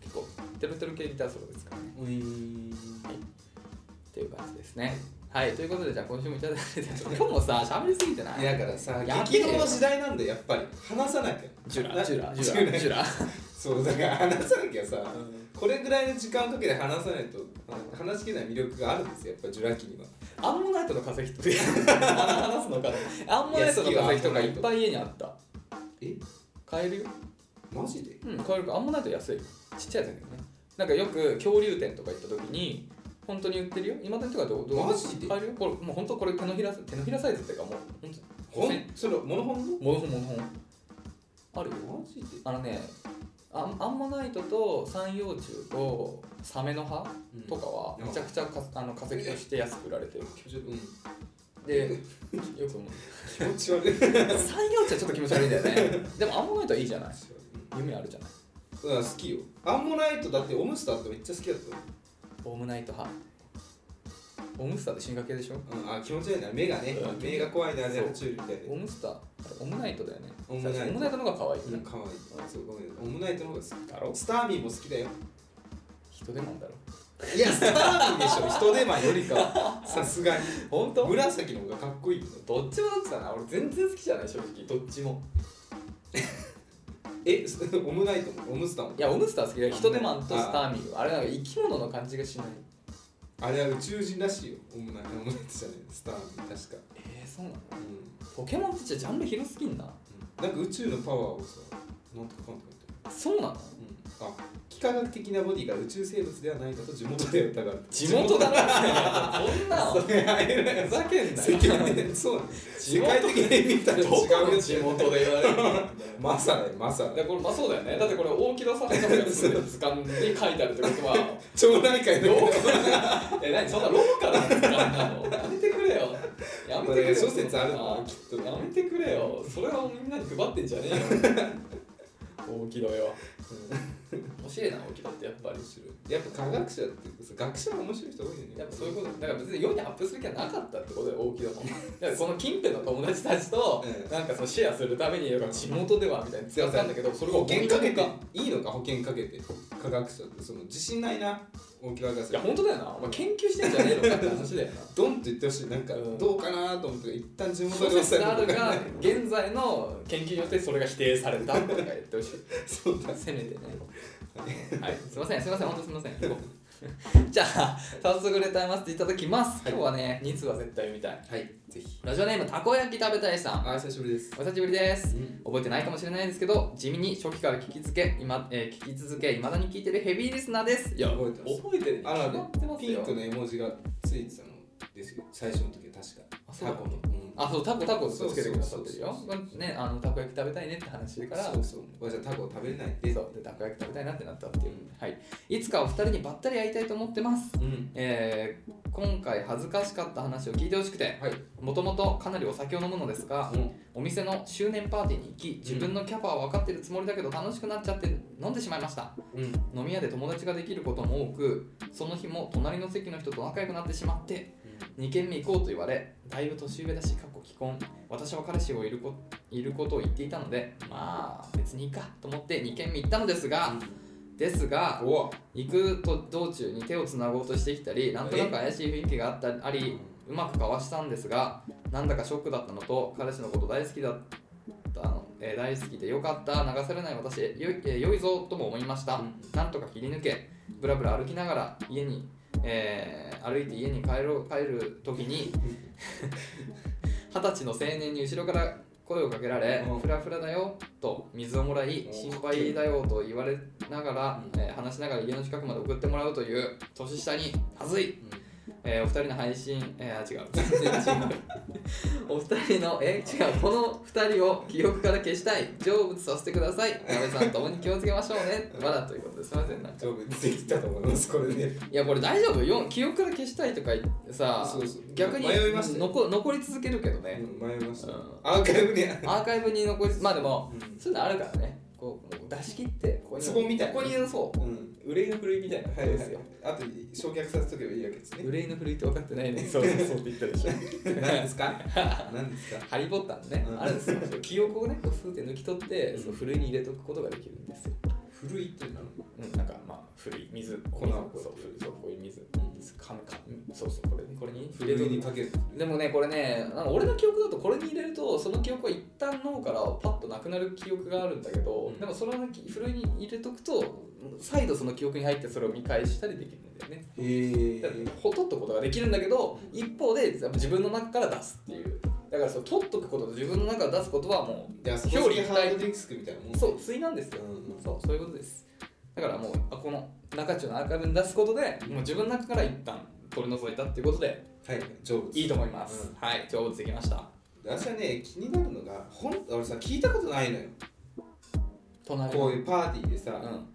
結構テルテル系ギターソロですからね
ィ。うーん。
っていう感じですねはいということでじゃあ今週もいただい て今日もさ喋りすぎてない
いやだからさ、
やべえ
激動の時代なんだよやっぱり。話さなきゃ。
ジュラ
な
ジュラジ
ジ
ュラジ
ュ
ュ
ラ。
ラ
そう、だから話さなきゃさ、
ん
これぐらいの時間かけて話さないと、話しきれない魅力があるんですよ、やっぱジュラ紀には。
アンモナイトの化石と か話すのかなアンモナイトの化石とかいっぱい家にあった
え
買えるよ
マジで
うん買えるかアンモナイト安いよちっちゃいやつだけどねなんかよく恐竜店とか行った時に本当に売ってるよ今だにとかどうどう
マジで
買えるよこれもう本当これ手のひら手のひらサイズっていうかもう本当
ほ
に
んそれ、モノホンの
モノホンモノホンあるよ
マジで
あのねアンアンモナイトと三葉虫とサメの葉とかは
うん
めちゃくちゃかあの化石として安く売られてる
ちょっとうん
でよく思う
気持ち悪い。気持ち悪い
三葉虫はちょっと気持ち悪いんだよねでもアンモナイトはいいじゃない夢あるじゃない
うん、好きよ。アンモナイトだってオムスターってめっちゃ好きだったよ。
オムナイト派オムスターって進化系でしょ
うん、あ気持ち悪いな目がね
うん
目が怖いなね
そう
爬虫類みたいで
オムスターあれオムナイトだよね
オムナイト
最初オムナイトの方が可愛いよ
う
ね
ん、かわいいそうごめんオムナイトの方が好
だろ
きスターミーも好きだよ
人手なんだろ
いやスターミーでしょ人手間よりかはさすがに
本当
紫の方がかっこいいよ
どっちもどっちだな俺全然好きじゃない正直どっちも
えすオムナイトもオムスターも
いやオムスター好きだよヒトデマンとスターミーはあれなんか生き物の感じがしない
あれは宇宙人らしいよオムナイトオムナイトじゃないスターミー確か、
えー、そうなの
うん
ポケモンってじゃあジャンル広すぎんな
うん、なんか宇宙のパワーをさなんとかかんとか
そうな
言
の
ってる、うん、あ幾何学的なボディが宇宙生物ではないかと地元で疑う
地元だなそんなの
それあれだよ
ふざけんな
世
よ
間で そうなの世界的に見たら違
どこ
う
の
よ
地元で言われるん だよ
まさだよまさ
だからこれまあそうだよねだってこれ大木戸さんの図鑑に書いてあるってことは
町内会
ど
の
う え、何そんなローカルなのやめてくれよ。やめてくれよ。
諸説あるのきっと
やめてくれよ。それはみんなに配ってんじゃねえよ。大木戸よ。面白いな、大木戸ってやっぱり。
やっぱ科学者っていうかさ学者は面白い人多いよね
やっぱそういうことだから別に世にアップする気はなかったってことで大木 戸もだからこの近辺の友達たちと
うん
なんかそのシェアするためになんか地元ではみたいに使ったんだけどそれが
保険かけて
い
いいのか保険かけて科学者ってその自信ないな大木学
や
者
本当だよなお前研究してんじゃねえのかって話だよな
ドンって言ってほしいなんか
うん
どうかなと思って一旦地元
諸
で押
説あ
さえ
る
る
が現在の研究によってそれが否定されたとか言ってほしい
そうだ
せめてね はいすいませんすいません本当すいません じゃあ早速レター読ませていただきます、
はい
今日はね2通は絶対読みたい
はいぜひ
ラジオネームたこ焼き食べたいさん
あ久しぶりです
お久しぶりです、
うん
覚えてないかもしれないですけど地味に初期から聞き続け今、えー聞き続けいまだに聞いてるヘビーリスナーですいや
覚えてます
覚えてるに
あ
決ま
ら
って
ね
ます
ピン
よ
クの絵文字がついてたのですよ最初の時は確か
あそうなの
タコのうん
あそうタコタコつけてくださってる
そう
よ
そう
ねあのたこ焼き食べたいねって話から
そうそうわしはタコ食べれないって
そうでたこ焼き食べたいなってなったっていう、はいいつかお二人にばったり会いたいと思ってます
うん
えー今回恥ずかしかった話を聞いてほしくて
はい
もともとかなりお酒を飲むのですが、お店の周年パーティーに行き自分のキャパは分かってるつもりだけど楽しくなっちゃって飲んでしまいました
うん
飲み屋で友達ができることも多くその日も隣の席の人と仲良くなってしまって2軒目行こうと言われだいぶ年上だしかっこ既婚私は彼氏がいるこいることを言っていたのでまあ別にいいかと思って2軒目行ったのですが、ですが
おわ
行くと道中に手をつなごうとしてきたりなんとなく怪しい雰囲気があったりありうまく交わしたんですがなんだかショックだったのと彼氏のこと大好きだったの、えー大好きでよかった流されない私よ,、えー良いぞとも思いました、
うん
なんとか切り抜けぶらぶら歩きながら家に、えー歩いて家に帰ろう帰る時に二十歳の青年に後ろから声をかけられ
うん
「フラフラだよ」と水をもらい
うん
心配だよと言われながら、
うん
えー話しながら家の近くまで送ってもらうという年下に恥ずいえーお二人の配信、えー、あ違う 全然違うお二人のえー違うこの二人を記憶から消したい成仏させてください鍋さんともに気をつけましょうねわらということですいませんなんか
丈夫できたと思いますこれで
いやこれ大丈夫よ記憶から消したいとか言ってさ
そうそう
逆に
迷いましたよ
残残り続けるけどね、
迷いまし
う
た
ん
アーカイブに
アーカイブに残りまあでも、
うん
そういうのあるからねこうもう出し切ってここに
ツボみたいな
ここにそう、
うん
憂いの古いみたいな
は
感
い
じ
は
で
い
すよ、
あと焼却させとけばいいわけですね
憂いの古いって分かってないのにそうそうそうって言ったでしょ
何ですか 何ですか
ハリー・ポッターのね、
うん
あるんですよ。記憶をね、こうスーって抜き取って、
うん
そう古いに入れとくことができるんですよ。
古いっていうのは
うん、なんか、まあ、古い水、
粉
粉そう、古い、そう、こういう水、紙か、うんそうそう、これね、これに入れ
古
と
いに
く。
かける
でもね、これね、なんか俺の記憶だと、これに入れると、その記憶は一旦脳からパッとなくなる記憶があるんだけど、
うん
でも、それを古いに入れとくと、再度その記憶に入って、それを見返したりできるんだよね。
へえ
だからほとっとくことができるんだけど一方でやっぱ自分の中から出すっていうだからそう取っとくことと自分の中から出すことはも
であそこにハードディスクみたいなもん
うそう対なんですよ、
うん
そうそういうことですだからもうあこの中中のアーカイブに出すことでもう自分の中から一旦取り除いたっていうことで
はい成仏
いいと思います、
うん
はい成仏できました
私はね気になるのがほん俺さ聞いたことないのよ
隣
こういうパーティーでさ、
うん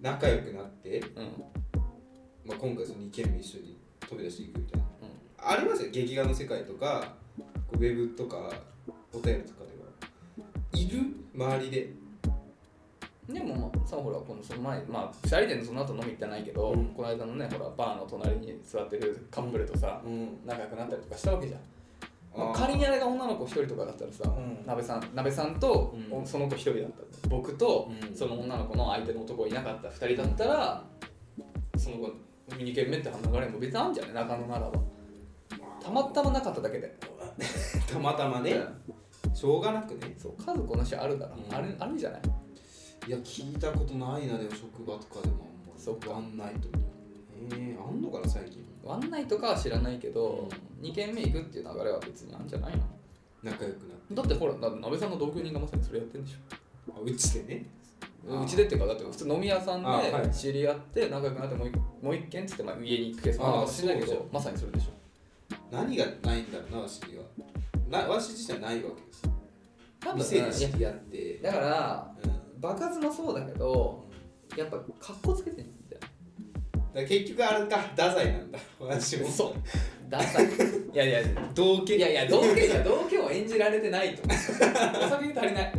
仲良くなって、
うんうん
まあ、今回その2軒目一緒に飛び出していくみたいなありますよ劇画の世界とかこうウェブとかお便りとかではいる周りで
でもまあさほらこのその前まあ2人でその後飲み行ってないけど、
うん
この間のねほらバーの隣に座ってるカップルとさ、
うん
仲良くなったりとかしたわけじゃんまあ、
ー
仮にあれが女の子一人とかだったらさ、
うん
なべさんなべさんと、
うん
その子一人だったら僕と、
うん
その女の子の相手の男いなかった二人だったらその子2軒目って流れも別にあるんじゃない中野ならばたまたまなかっただけで
たまたまね、しょうがなくね
そう数この人あるから、
うん
あるあるんじゃない
いや聞いたことないなでも職場とかでもあんまり
そっか
あんないと思うえー、あんのかな最近
ワンナイトかは知らないけど、
う
二2軒目行くっていう流れは別にあるんじゃないの
仲良くなって
だってほらだってなべさんの同居人がまさにそれやってるんでしょ
あうちでねあー
うちでっていうかだって普通飲み屋さん
あーはい
で知り合って仲良くなってもう一もう一軒っつってまあ家に行くケース
あー
もあるかもしれないけ
そうそ
どまさにそれでしょ
何がないんだろうなわしにはなわし自体ないわけですよ
多分
店で
い
知り合って
やだから
うん
爆発もそうだけどやっぱ格好つけてるんだよ
だから結局あれか太宰なんだ私も
そうだから いやいやい
同系
やいや同居じゃ同居を演じられてないと思う お酒に足りない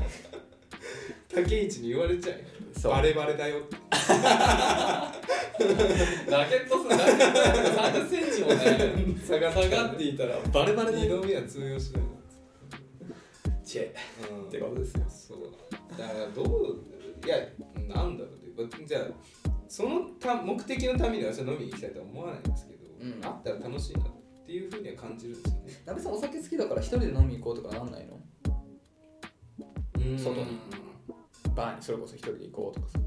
竹市に言われちゃうよ
そう
バレバレだよって
ラケット数ラケット数30センチもね
下がっ
下がっていたらバレバレ
二
に
度目は通用しないな
知恵
うん
ってことですよ
そうだからどういやなんだろうねじゃあそのた目的のためには私は飲みに行きたいとは思わないんですけど、
うん
あったら楽しいなっていうふうには感じるんですよね
なべさんお酒好きだから一人で飲み行こうとかなんないの
うん
外にバーにそれこそ一人で行こうとかさ、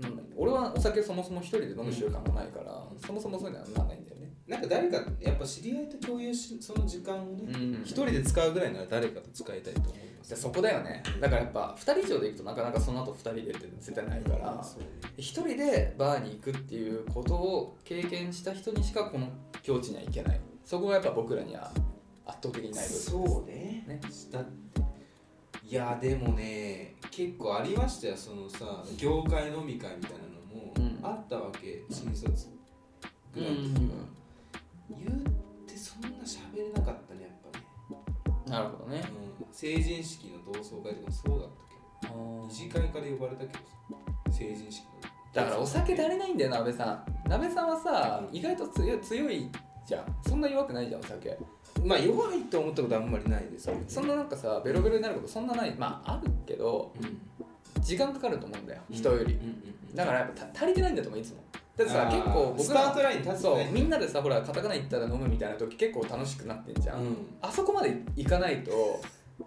なんだっけ俺はお酒そもそも一人で飲む習慣がないから、そもそもそういうのはなんないんだよね
なんか誰かやっぱ知り合いと共有しその時間をね
ん
一、人で使うぐらいなら誰かと使いたいと思います
じゃそこだよねだからやっぱ2人以上で行くとなかなかその後2人でって絶対ないから
そう
1人でバーに行くっていうことを経験した人にしかこの境地には行けないそこがやっぱ僕らには圧倒的にない部分
そうね
ね
だいやでもね結構ありましたよそのさ業界飲み会みたいなのも
うん
あったわけ、新卒ぐらいの時は、言ってそんな喋れなかったねやっぱね、
なるほどね
うん、成人式の同窓会とかもそうだったけど二次会から呼ばれたけどさ成人式の
だからお酒足りないんだよなべさんなべさんはさ
うん
意外と強い強いじゃんそんな弱くないじゃんお酒
まあ弱いと思ったことあんまりないですけどね
そんななんかさベロベロになることそんなないまああるけど
うん
時間かかると思うんだよ人より
うんうんうん
だからやっぱた足りてないんだと思ういつもだってさ
あー
結構僕
スタート
ら
ラインに立つ
そ
と
う
ね
みんなでさほらカタカナ言ったら飲むみたいな時結構楽しくなってんじゃん、
うん
あそこまでいかないと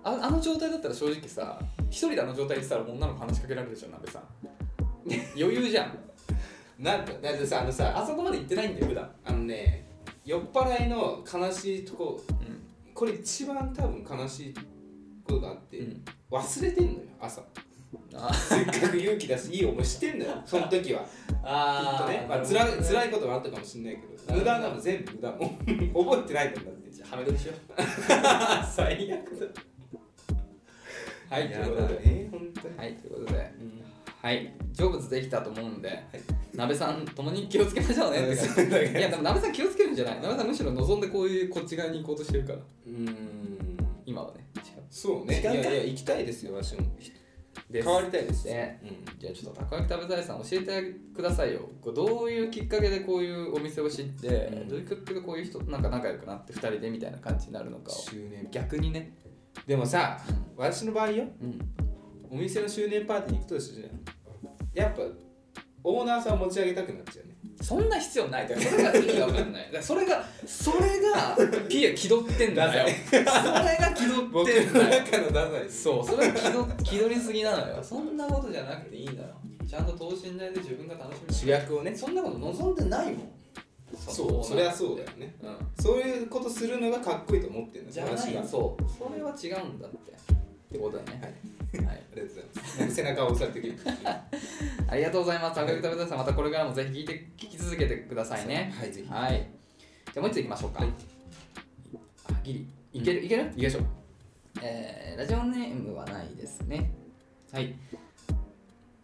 ああの状態だったら正直さ一人であの状態でしたら女の子話しかけられるでしょ鍋さん余裕じゃん
なんかだってさあのさ
あそこまで行ってないんだよ普段
あのね酔っ払いの悲しいとこ
うん
これ一番多分悲しいことがあって、
うん
忘れてんのよ朝
あ
せっかく勇気出していい思いしてん のよその時はきっ
あ
と
ー
ね、まあ、
なるほ
つ
ど
ら辛いこともあったかもしれないけど無駄なの全部無駄も ん覚えてないもんだって
じゃあはめ撮りしよ
あ 最悪だ
うはいと
や
いうこ
だ
とで
ね本当に、
はいということで
うん
はい成仏できたと思うんで、鍋さんともに気をつけましょうねって感じいやでも鍋さん気をつけるんじゃない鍋さんむしろ望んでこういうこっち側に行こうとしてるから
うーん
今はね
そうねい
時間
や
か
いや行きたいですよわしも
で
変わりたいです
ね
うん
じゃあちょっとたこ焼き食べたいさん教えてくださいよこうどういうきっかけでこういうお店を知って、
うん
どういうきっかけでこういう人となんか仲良くなって2人でみたいな感じになるのかを
周年
逆にね
でもさ私の場合よ
うん
お店の周年パーティーに行くとするじゃんやっぱオーナーさん持ち上げたくなっちゃうね
そんな必要ないだからそれが意味が分かんないだからそれがそれがピエ気取ってんだよそれが気取
僕
ってん
の
だよ
中のダサいです
そうそれは気取気取りすぎなのよそんなことじゃなくていいんだよちゃんと等身大で自分が楽しみ
主役をね
そんなこと望んでないもん
そうそりゃそうだよね
うん
そういうことするのがかっこいいと思ってんだ
じゃない
私が
そうそれは違うんだってってことだねはい、
ありがとうございます背中を押されてくる
ありがとうございます高木食べさんまたこれからもぜひ聞いて聞き続けてくださいね
はいぜひ
はいじゃあもう一ついきましょうか、あギリいける、いけるいきましょうえー、ラジオネームはないですねはい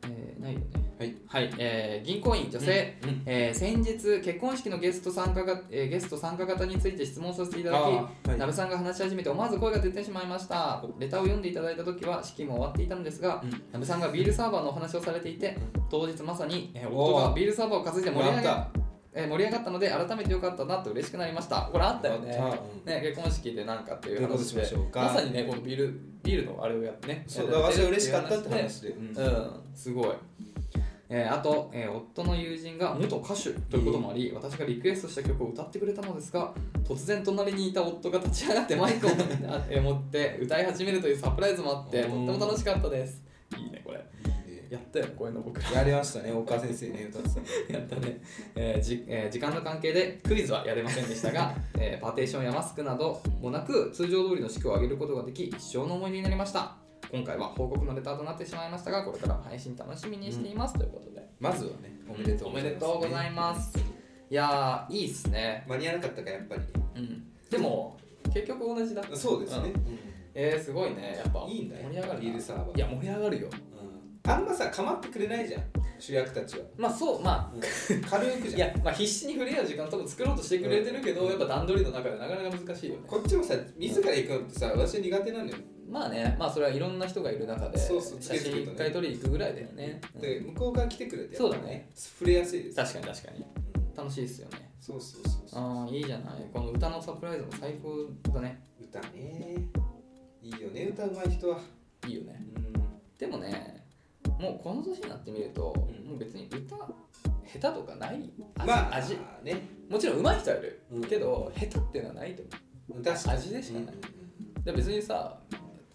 えー、ないよね
はい
はい、えー、銀行員女性、
うんうん
えー先日結婚式のゲスト参加が、えーゲスト参加型について質問させていただき、
あーはい
鍋さんが話し始めて思わず声が出てしまいましたレターを読んでいただいた時は式も終わっていたのですが、
うん
鍋さんがビールサーバーのお話をされていて当日まさに、えー
おー
夫がビールサーバーを担いで盛り上
もら
が
っ
えー盛り上がったので改めてよかったなと嬉しくなりましたこれあったよね
もらったうん
ね結婚式でなんかっていう
どういうこと
話
し
で
ましょうか
まさにねこのビールビールのあれをやってね
そう
や
だ
ら
私
れてる
は嬉しかったって
いう
話でうん
うん、すごい。えーあと、えー夫の友人が元歌手ということもあり、私がリクエストした曲を歌ってくれたのですが突然隣にいた夫が立ち上がってマイクをあえー持って歌い始めるというサプライズもあってとっ
う
て
ん
も楽しかったですいいねこれ
で
やったよこういうの僕ら
やりましたね岡先生ね歌ってたの
やったね、えーじえー時間の関係でクイズはやれませんでしたが、 えーパーテーションやマスクなどもなく通常通りの式を挙げることができ一生の思い出になりました今回は報告のレターとなってしまいましたがこれからも配信楽しみにしています、ということで
まずはねおめでとう
おめでとうございます
ね
いやーいいっすね、
間に合わなかったかやっぱり
うん、でも結局同じだ
そうですね
んえー、すごいねやっぱ
いいんだよ
盛り上がるな
ビールサーバー
いや盛り上がるよ
うんあんまさ構ってくれないじゃん主役たちは
まあそうま
軽く
あい
じゃん
や、まあ、必死に触れ合う時間多分作ろうとしてくれてるけど、
うん
やっぱ段取りの中でなかなか難しいよね
こっちもさ自ら行くのってさ私は苦手なのよ
まあねまあそれはいろんな人がいる中で
そうそう
写真一回撮りに行くぐらいだよね、うん
で向こうから来てくれて
そうだね
触れやすいです
確かに確かに
うん
楽しいですよね
そうそうそうそう
ああいいじゃないこの歌のサプライズも最高だね
歌ねいいよね歌うまい人はい
いよね
うん
でもねもうこの年になってみると、
うん
もう別に歌下手とかない味,、
まあ
味
ね
もちろん上手い人はいる、
うん
けど下手っていうのはないと思
確かに
味でしかない
うん
うで別にさ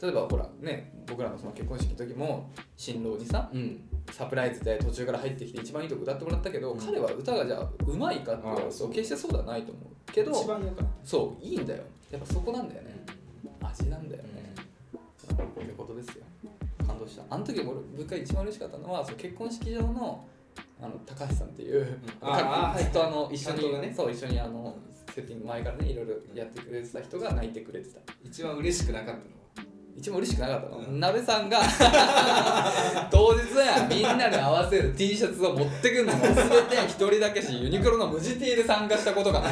例えばほらね僕らのその結婚式の時も新郎にさ
うんうん
サプライズで途中から入ってきて一番いいとこ歌ってもらったけど、
うん
彼は歌がじゃあ上手いかって言われる
あそ
と
う
決してそうではないと思うけど
一番良かっ
そういいんだよやっぱそこなんだよ
た
ね
ね
味なんだよね、ということですよ感動したあの時俺僕が一番嬉しかったのはその結婚式場のあの高橋さんっていう、
あー
ずっとあの一緒
担当
に、
がね
そう一緒にあのセッティング前からねいろいろやってくれてた人が泣いてくれてた
一番嬉しくなかったのは
一番嬉しくなかったの、
うん
鍋さんが 当日はみんなで合わせる T シャツを持ってくんのも全て一人だけしユニクロの無地 T で参加したことかな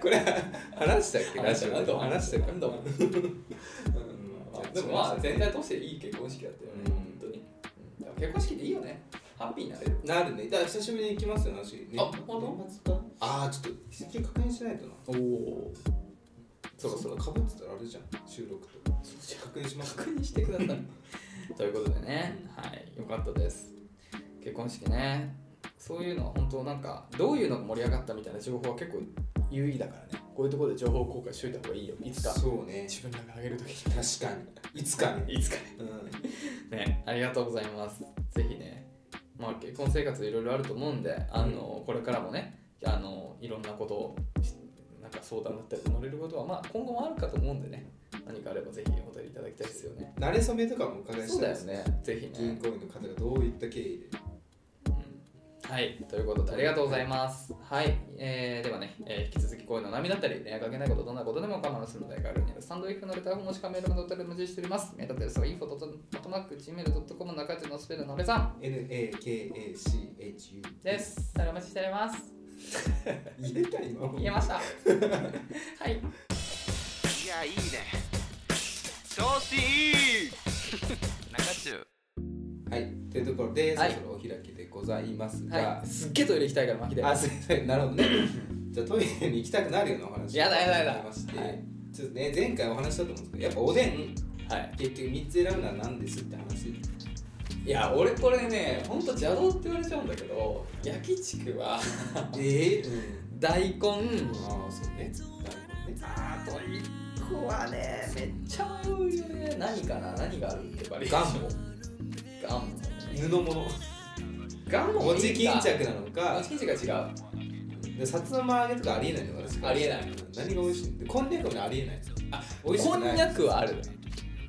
これ話したっけラ
話
ジ
した
オで話したか
何度も
うん
でもまあ全体通していい結婚式だったよね、
うん
本当にうんだから結婚式でいいよねハッピーになれる
なるねだから久しぶりに行きますよ話、ね、
あ本
当かああちょっと日付確認しないとな
おおそろそろ
かぶってたらあれじゃん収録と確認します
確認してくださいということでね、はい、よかったです結婚式ねそういうのは本当なんかどういうのが盛り上がったみたいな情報は結構有意義だからねこういうところで情報公開しといた方がいいよいつか
そうね
自分らが上げるとき
確かにいつかね
にいつか
うん
ねねありがとうございますぜひねまあ結婚生活いろいろあると思うんであのこれからもねあのいろんなことをしなんか相談だったり乗れることはまあ今後もあるかと思うんでね何かあればぜひお便りいただきたいですよね
慣れ初めとかもお伺いし
そう
たいで
だよ
す
ね。ぜひ
銀
ね。
行員の方がどういった経緯で
うんはい、ということでありがとうございます。はい、えー、ではね、えー引き続き声の波だったり、恋愛関係ないこと、どんなことでも構いませんので、概要欄にあるスタンド F のレターフォームもしかメールのドットで無事しております。メールアドレスは info.gmail.com の中でのスペルのべさん
NAKACHU
です。それお待ちしております。
言えた今も
言えました。はい。
いやいいね調子いい中中
はいというところでそ
は
ろ
い
そろお開きでございますが、
はい、すっげえトイレ行きたいから、巻きで。
あ、すいません、なるほどね。じゃあトイレに行きたくなるようなお話
やだやだやだ
ありまして、
はい
ちょっとね、前回お話ししたと思うんですけど、やっぱおでん、
はい。
結局3つ選ぶのは何ですって話。
いや、俺これね、ほんと邪道って言われちゃうんだけど、焼きちくは、
ええ
大根、
ああ、そうね。
あと1個はねめっちゃ迷うよね何かな何があるってバリエーションガンモ
布物。
ガンモもいいか
餅巾着なの
あ
か、
餅巾着が違う
でさつま揚げとかありえないの私
ありえない。
何が美味しいでこんにゃくもねありえない。
あ
美味しく
こ
ない
んにゃくはある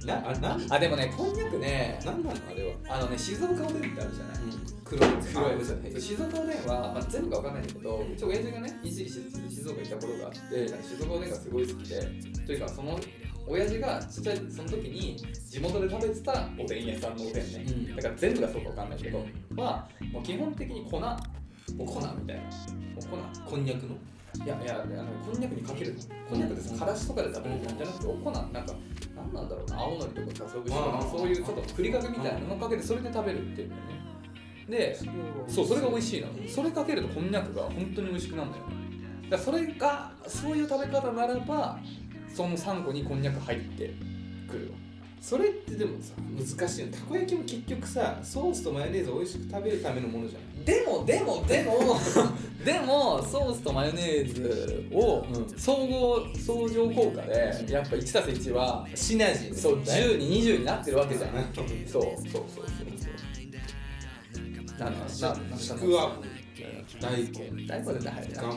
な、あれ、なん、
あでもねこんにゃくね
なんなのあれは。
あのね静岡おでんってあるじゃない
黒い。
黒
あ
いおでん
嘘
そう静岡おでんは、まあ、全部がわかんないんだけど一応親父がね一時期静岡にいた頃があって静岡おでんがすごい好きでというかその親父がちっちゃいその時に地元で食べてたおでん屋さんのおでんね、
うん
だから全部がそうかわかんないけどまあもう基本的に粉もう粉みたいなもう粉
こんにゃくの。
いやいやあのこんにゃくにかけるのこんにゃくでさからしとかで食べるんじゃなくてお粉なんかなんなんだろうな青のりとかさそういう
ああ
そういうちょっとふりかけみたいなのかけてそれで食べるっていうのねでそうそれが美味しいのそれかけるとこんにゃくが本当に美味しくなるんだよだからそれがそういう食べ方ならばその3個にこんにゃく入ってくる
それってでもさ難しいのたこ焼きも結局さソースとマヨネーズを美味しく食べるためのものじゃん
でもでもでも でもソースとマヨネーズを
うん
総合相乗効果でやっぱ 1+1 は
シナジー
そう10に20になってるわけじゃん
そう
そうそうそうそうそうなんだななんだ
ちくわ大根
大根絶対入る
ガンあ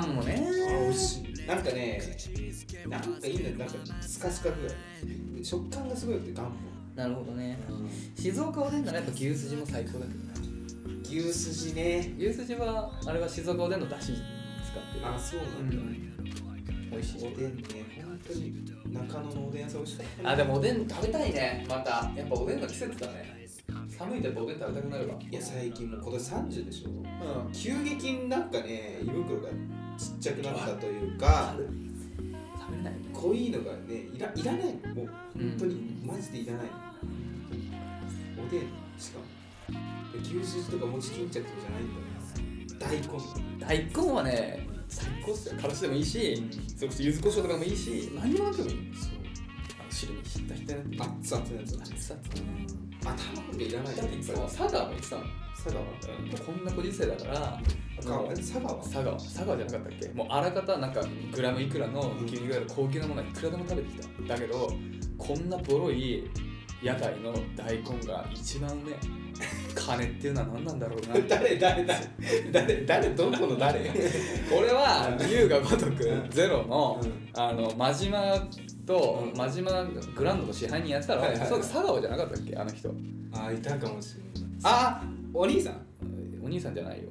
ガンもね
美味しいなんかねなんかいいんだよなんかスカスカぐらい食感がすごいよってガンも
なるほどね静岡おでんならやっぱ牛すじも最高だけどな
牛すじね
牛すじはあれは静岡おでんのだし使ってる
あそうなんだ、
ん美味しい
おでんね本当に中野のおでん屋さん美味しかった
あでもおでん食べたいねまたやっぱおでんの季節だね寒いとやっぱおでん食べたくなるわ
いや最近もう今年30でしょ
うん
急激になんかね胃袋がちっちゃくなったというか
食べれないよね
濃いのがねいらいらないのもう本当
う
に
ん
マジでいらないのおでんしかもで牛すじとか餅巾着とかじゃないんだよ大根
大根はね最高っすよからしでもいいしそれこそ柚子胡椒とかもいいし何にもなくてもいい
そう
あの汁に浸ってなくて
あ熱々のやつだ
熱々
あ卵でいらない
だっていつも
佐
佐賀も言ってたの
賀は
こんなご時世だから
か佐賀は
佐賀佐賀じゃなかったっけもうあらかたなんかグラムいくらの
うん
牛乳ぐらいの高級なものはいくらでも食べてきただけどこんなボロい屋台の大根が一番ね金っていうのは何なんだろうな って
誰誰誰誰誰どこの誰
俺は龍が如く
うん
ゼロの
うん
あの真島と
うん
真島グランドの支配人やってたら、
はいはいはい
そう佐川じゃなかったっけあの人
あいたかもしれないあお兄さん
お兄さんじゃないよ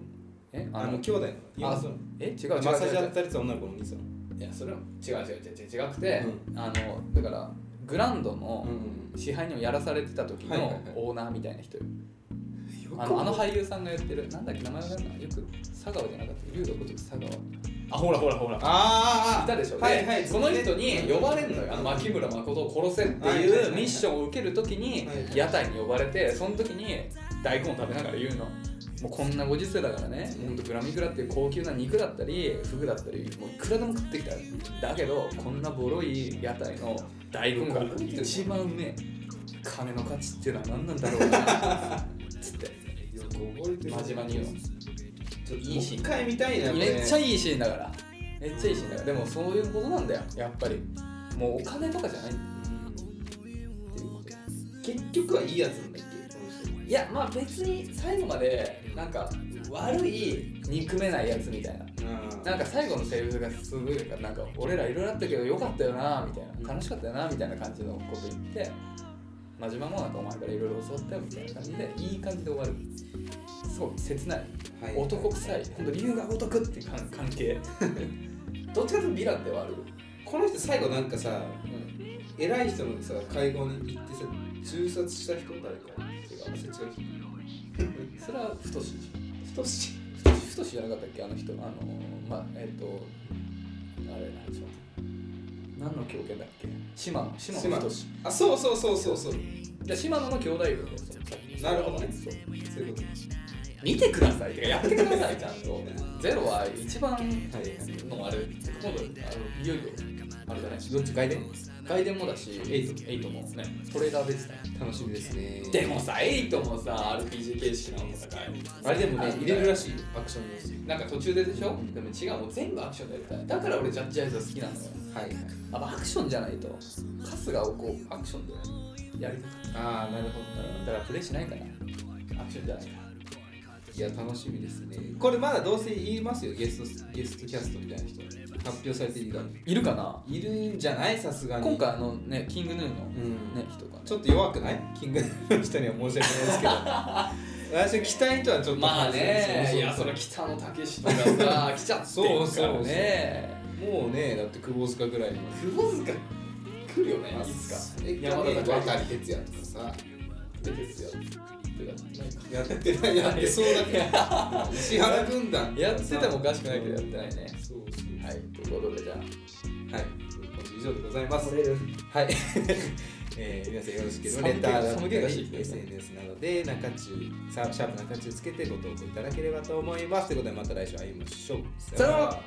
え
あの兄弟の
あ
妹
え違う違う違
マッサージや
う違
ったやつは女の子のお兄さん
ういやそれは違う違う違う違う違くて、あのだからグランドの
ん
支配人をやらされてた時
はいはいは
の
い
オーナーみたいな人よ
よ
あのあの俳優さんがやってるなんだっけ名前わかんないよく佐川じゃなかった龍のごとく佐川あほらほらほら
あーあーあー
いたでしょ、
はいはい
でその人に呼ばれるのよあの牧村誠を殺せって
はいはいはい
いう
はい
ミッションを受けるときに
はいはい
屋台に呼ばれてその時に大根を食べながら言うのもうこんなご時世だからねほんとグラミグラっていう高級な肉だったりフグだったりもういくらでも食ってきただけどこんなボロい屋台の大根が一番うめえ金の価値っていうのは何なんだ ろうなつって
よく覚えてる
真面目に言うの
ちょっといいシーン一回見たいなこれ
めっちゃいいシーンだからめっちゃいいシーンだからでもそういうことなんだよやっぱりもうお金とかじゃない
結局はいいやつなんだっけこの人
いやまあ別に最後までなんか悪い憎めないやつみたいななんか最後のセリフがすごいなんか俺らいろいろあったけどよかったよなみたいな楽しかったよなみたいな感じのこと言って真島もなんかお前からいろいろ教わったよみたいな感じでいい感じで終わるすごい切ない
はい
男臭い本当理由が男っていう関 関係どっちかというとヴィランではある、
この人最後なんかさ
うん
偉い人のさ会合に行ってさ銃殺した人誰か違う忘れ違う
それは太し
人太し
太し太しじゃなかったっけあの人あのまあえっ、とあれなんでしょう何の狂犬だっけ島野島野太し
あそうそうそうそうそう
じゃあ島野の兄弟分です
なるほどね
そう
そういうこと
見てくださいてかやってくださいちゃんとゼロは一番
はいはい
のあれ今度あのいよいよあれじゃない
どっち外伝
外伝もだしエイトエイトもねトレーラーですね
楽しみですね
でもさエイトもさ RPG 形式なのさ
あれでもね入れるらしいよアクションニュー
なんか途中ででしょでも違うもう全部アクションでやりたいだから俺ジャッジアイズが好きなのよ
スはいはい
あまあアクションじゃないと春日をこうアクションでやりたかっ
ああなるほど
たからだからプレイしないからアクションじゃないから
いや楽しみですねこれまだどうせ言いますよゲストゲストキャストみたいな人発表されているから
いるかない
るんじゃないさすがに
今回あのねキングヌーの
う
ね
ん
人がね
ちょっと弱くないキングの人には申し訳ないですけ ど私は期待とはちょっと
まあね
そうそうそう
いやその北野武とか さ来ちゃってるからね
もうねだって窪塚ぐらいの
窪塚来るよねいつか
え
山田
ね
孝
若い哲也とかさ
之ですよてかないか
やってないやってそうだけど 石原軍団
やっててもおかしくないけどやってないね
そうそう
はいということでじゃあ
はい今週以上でございますはい。 えー、皆さんよろしければレターだった
寒気がしい
り SNS などで中中さシャープ中中つけてご投稿いただければと思いますということでまた来週会いましょう
さよなら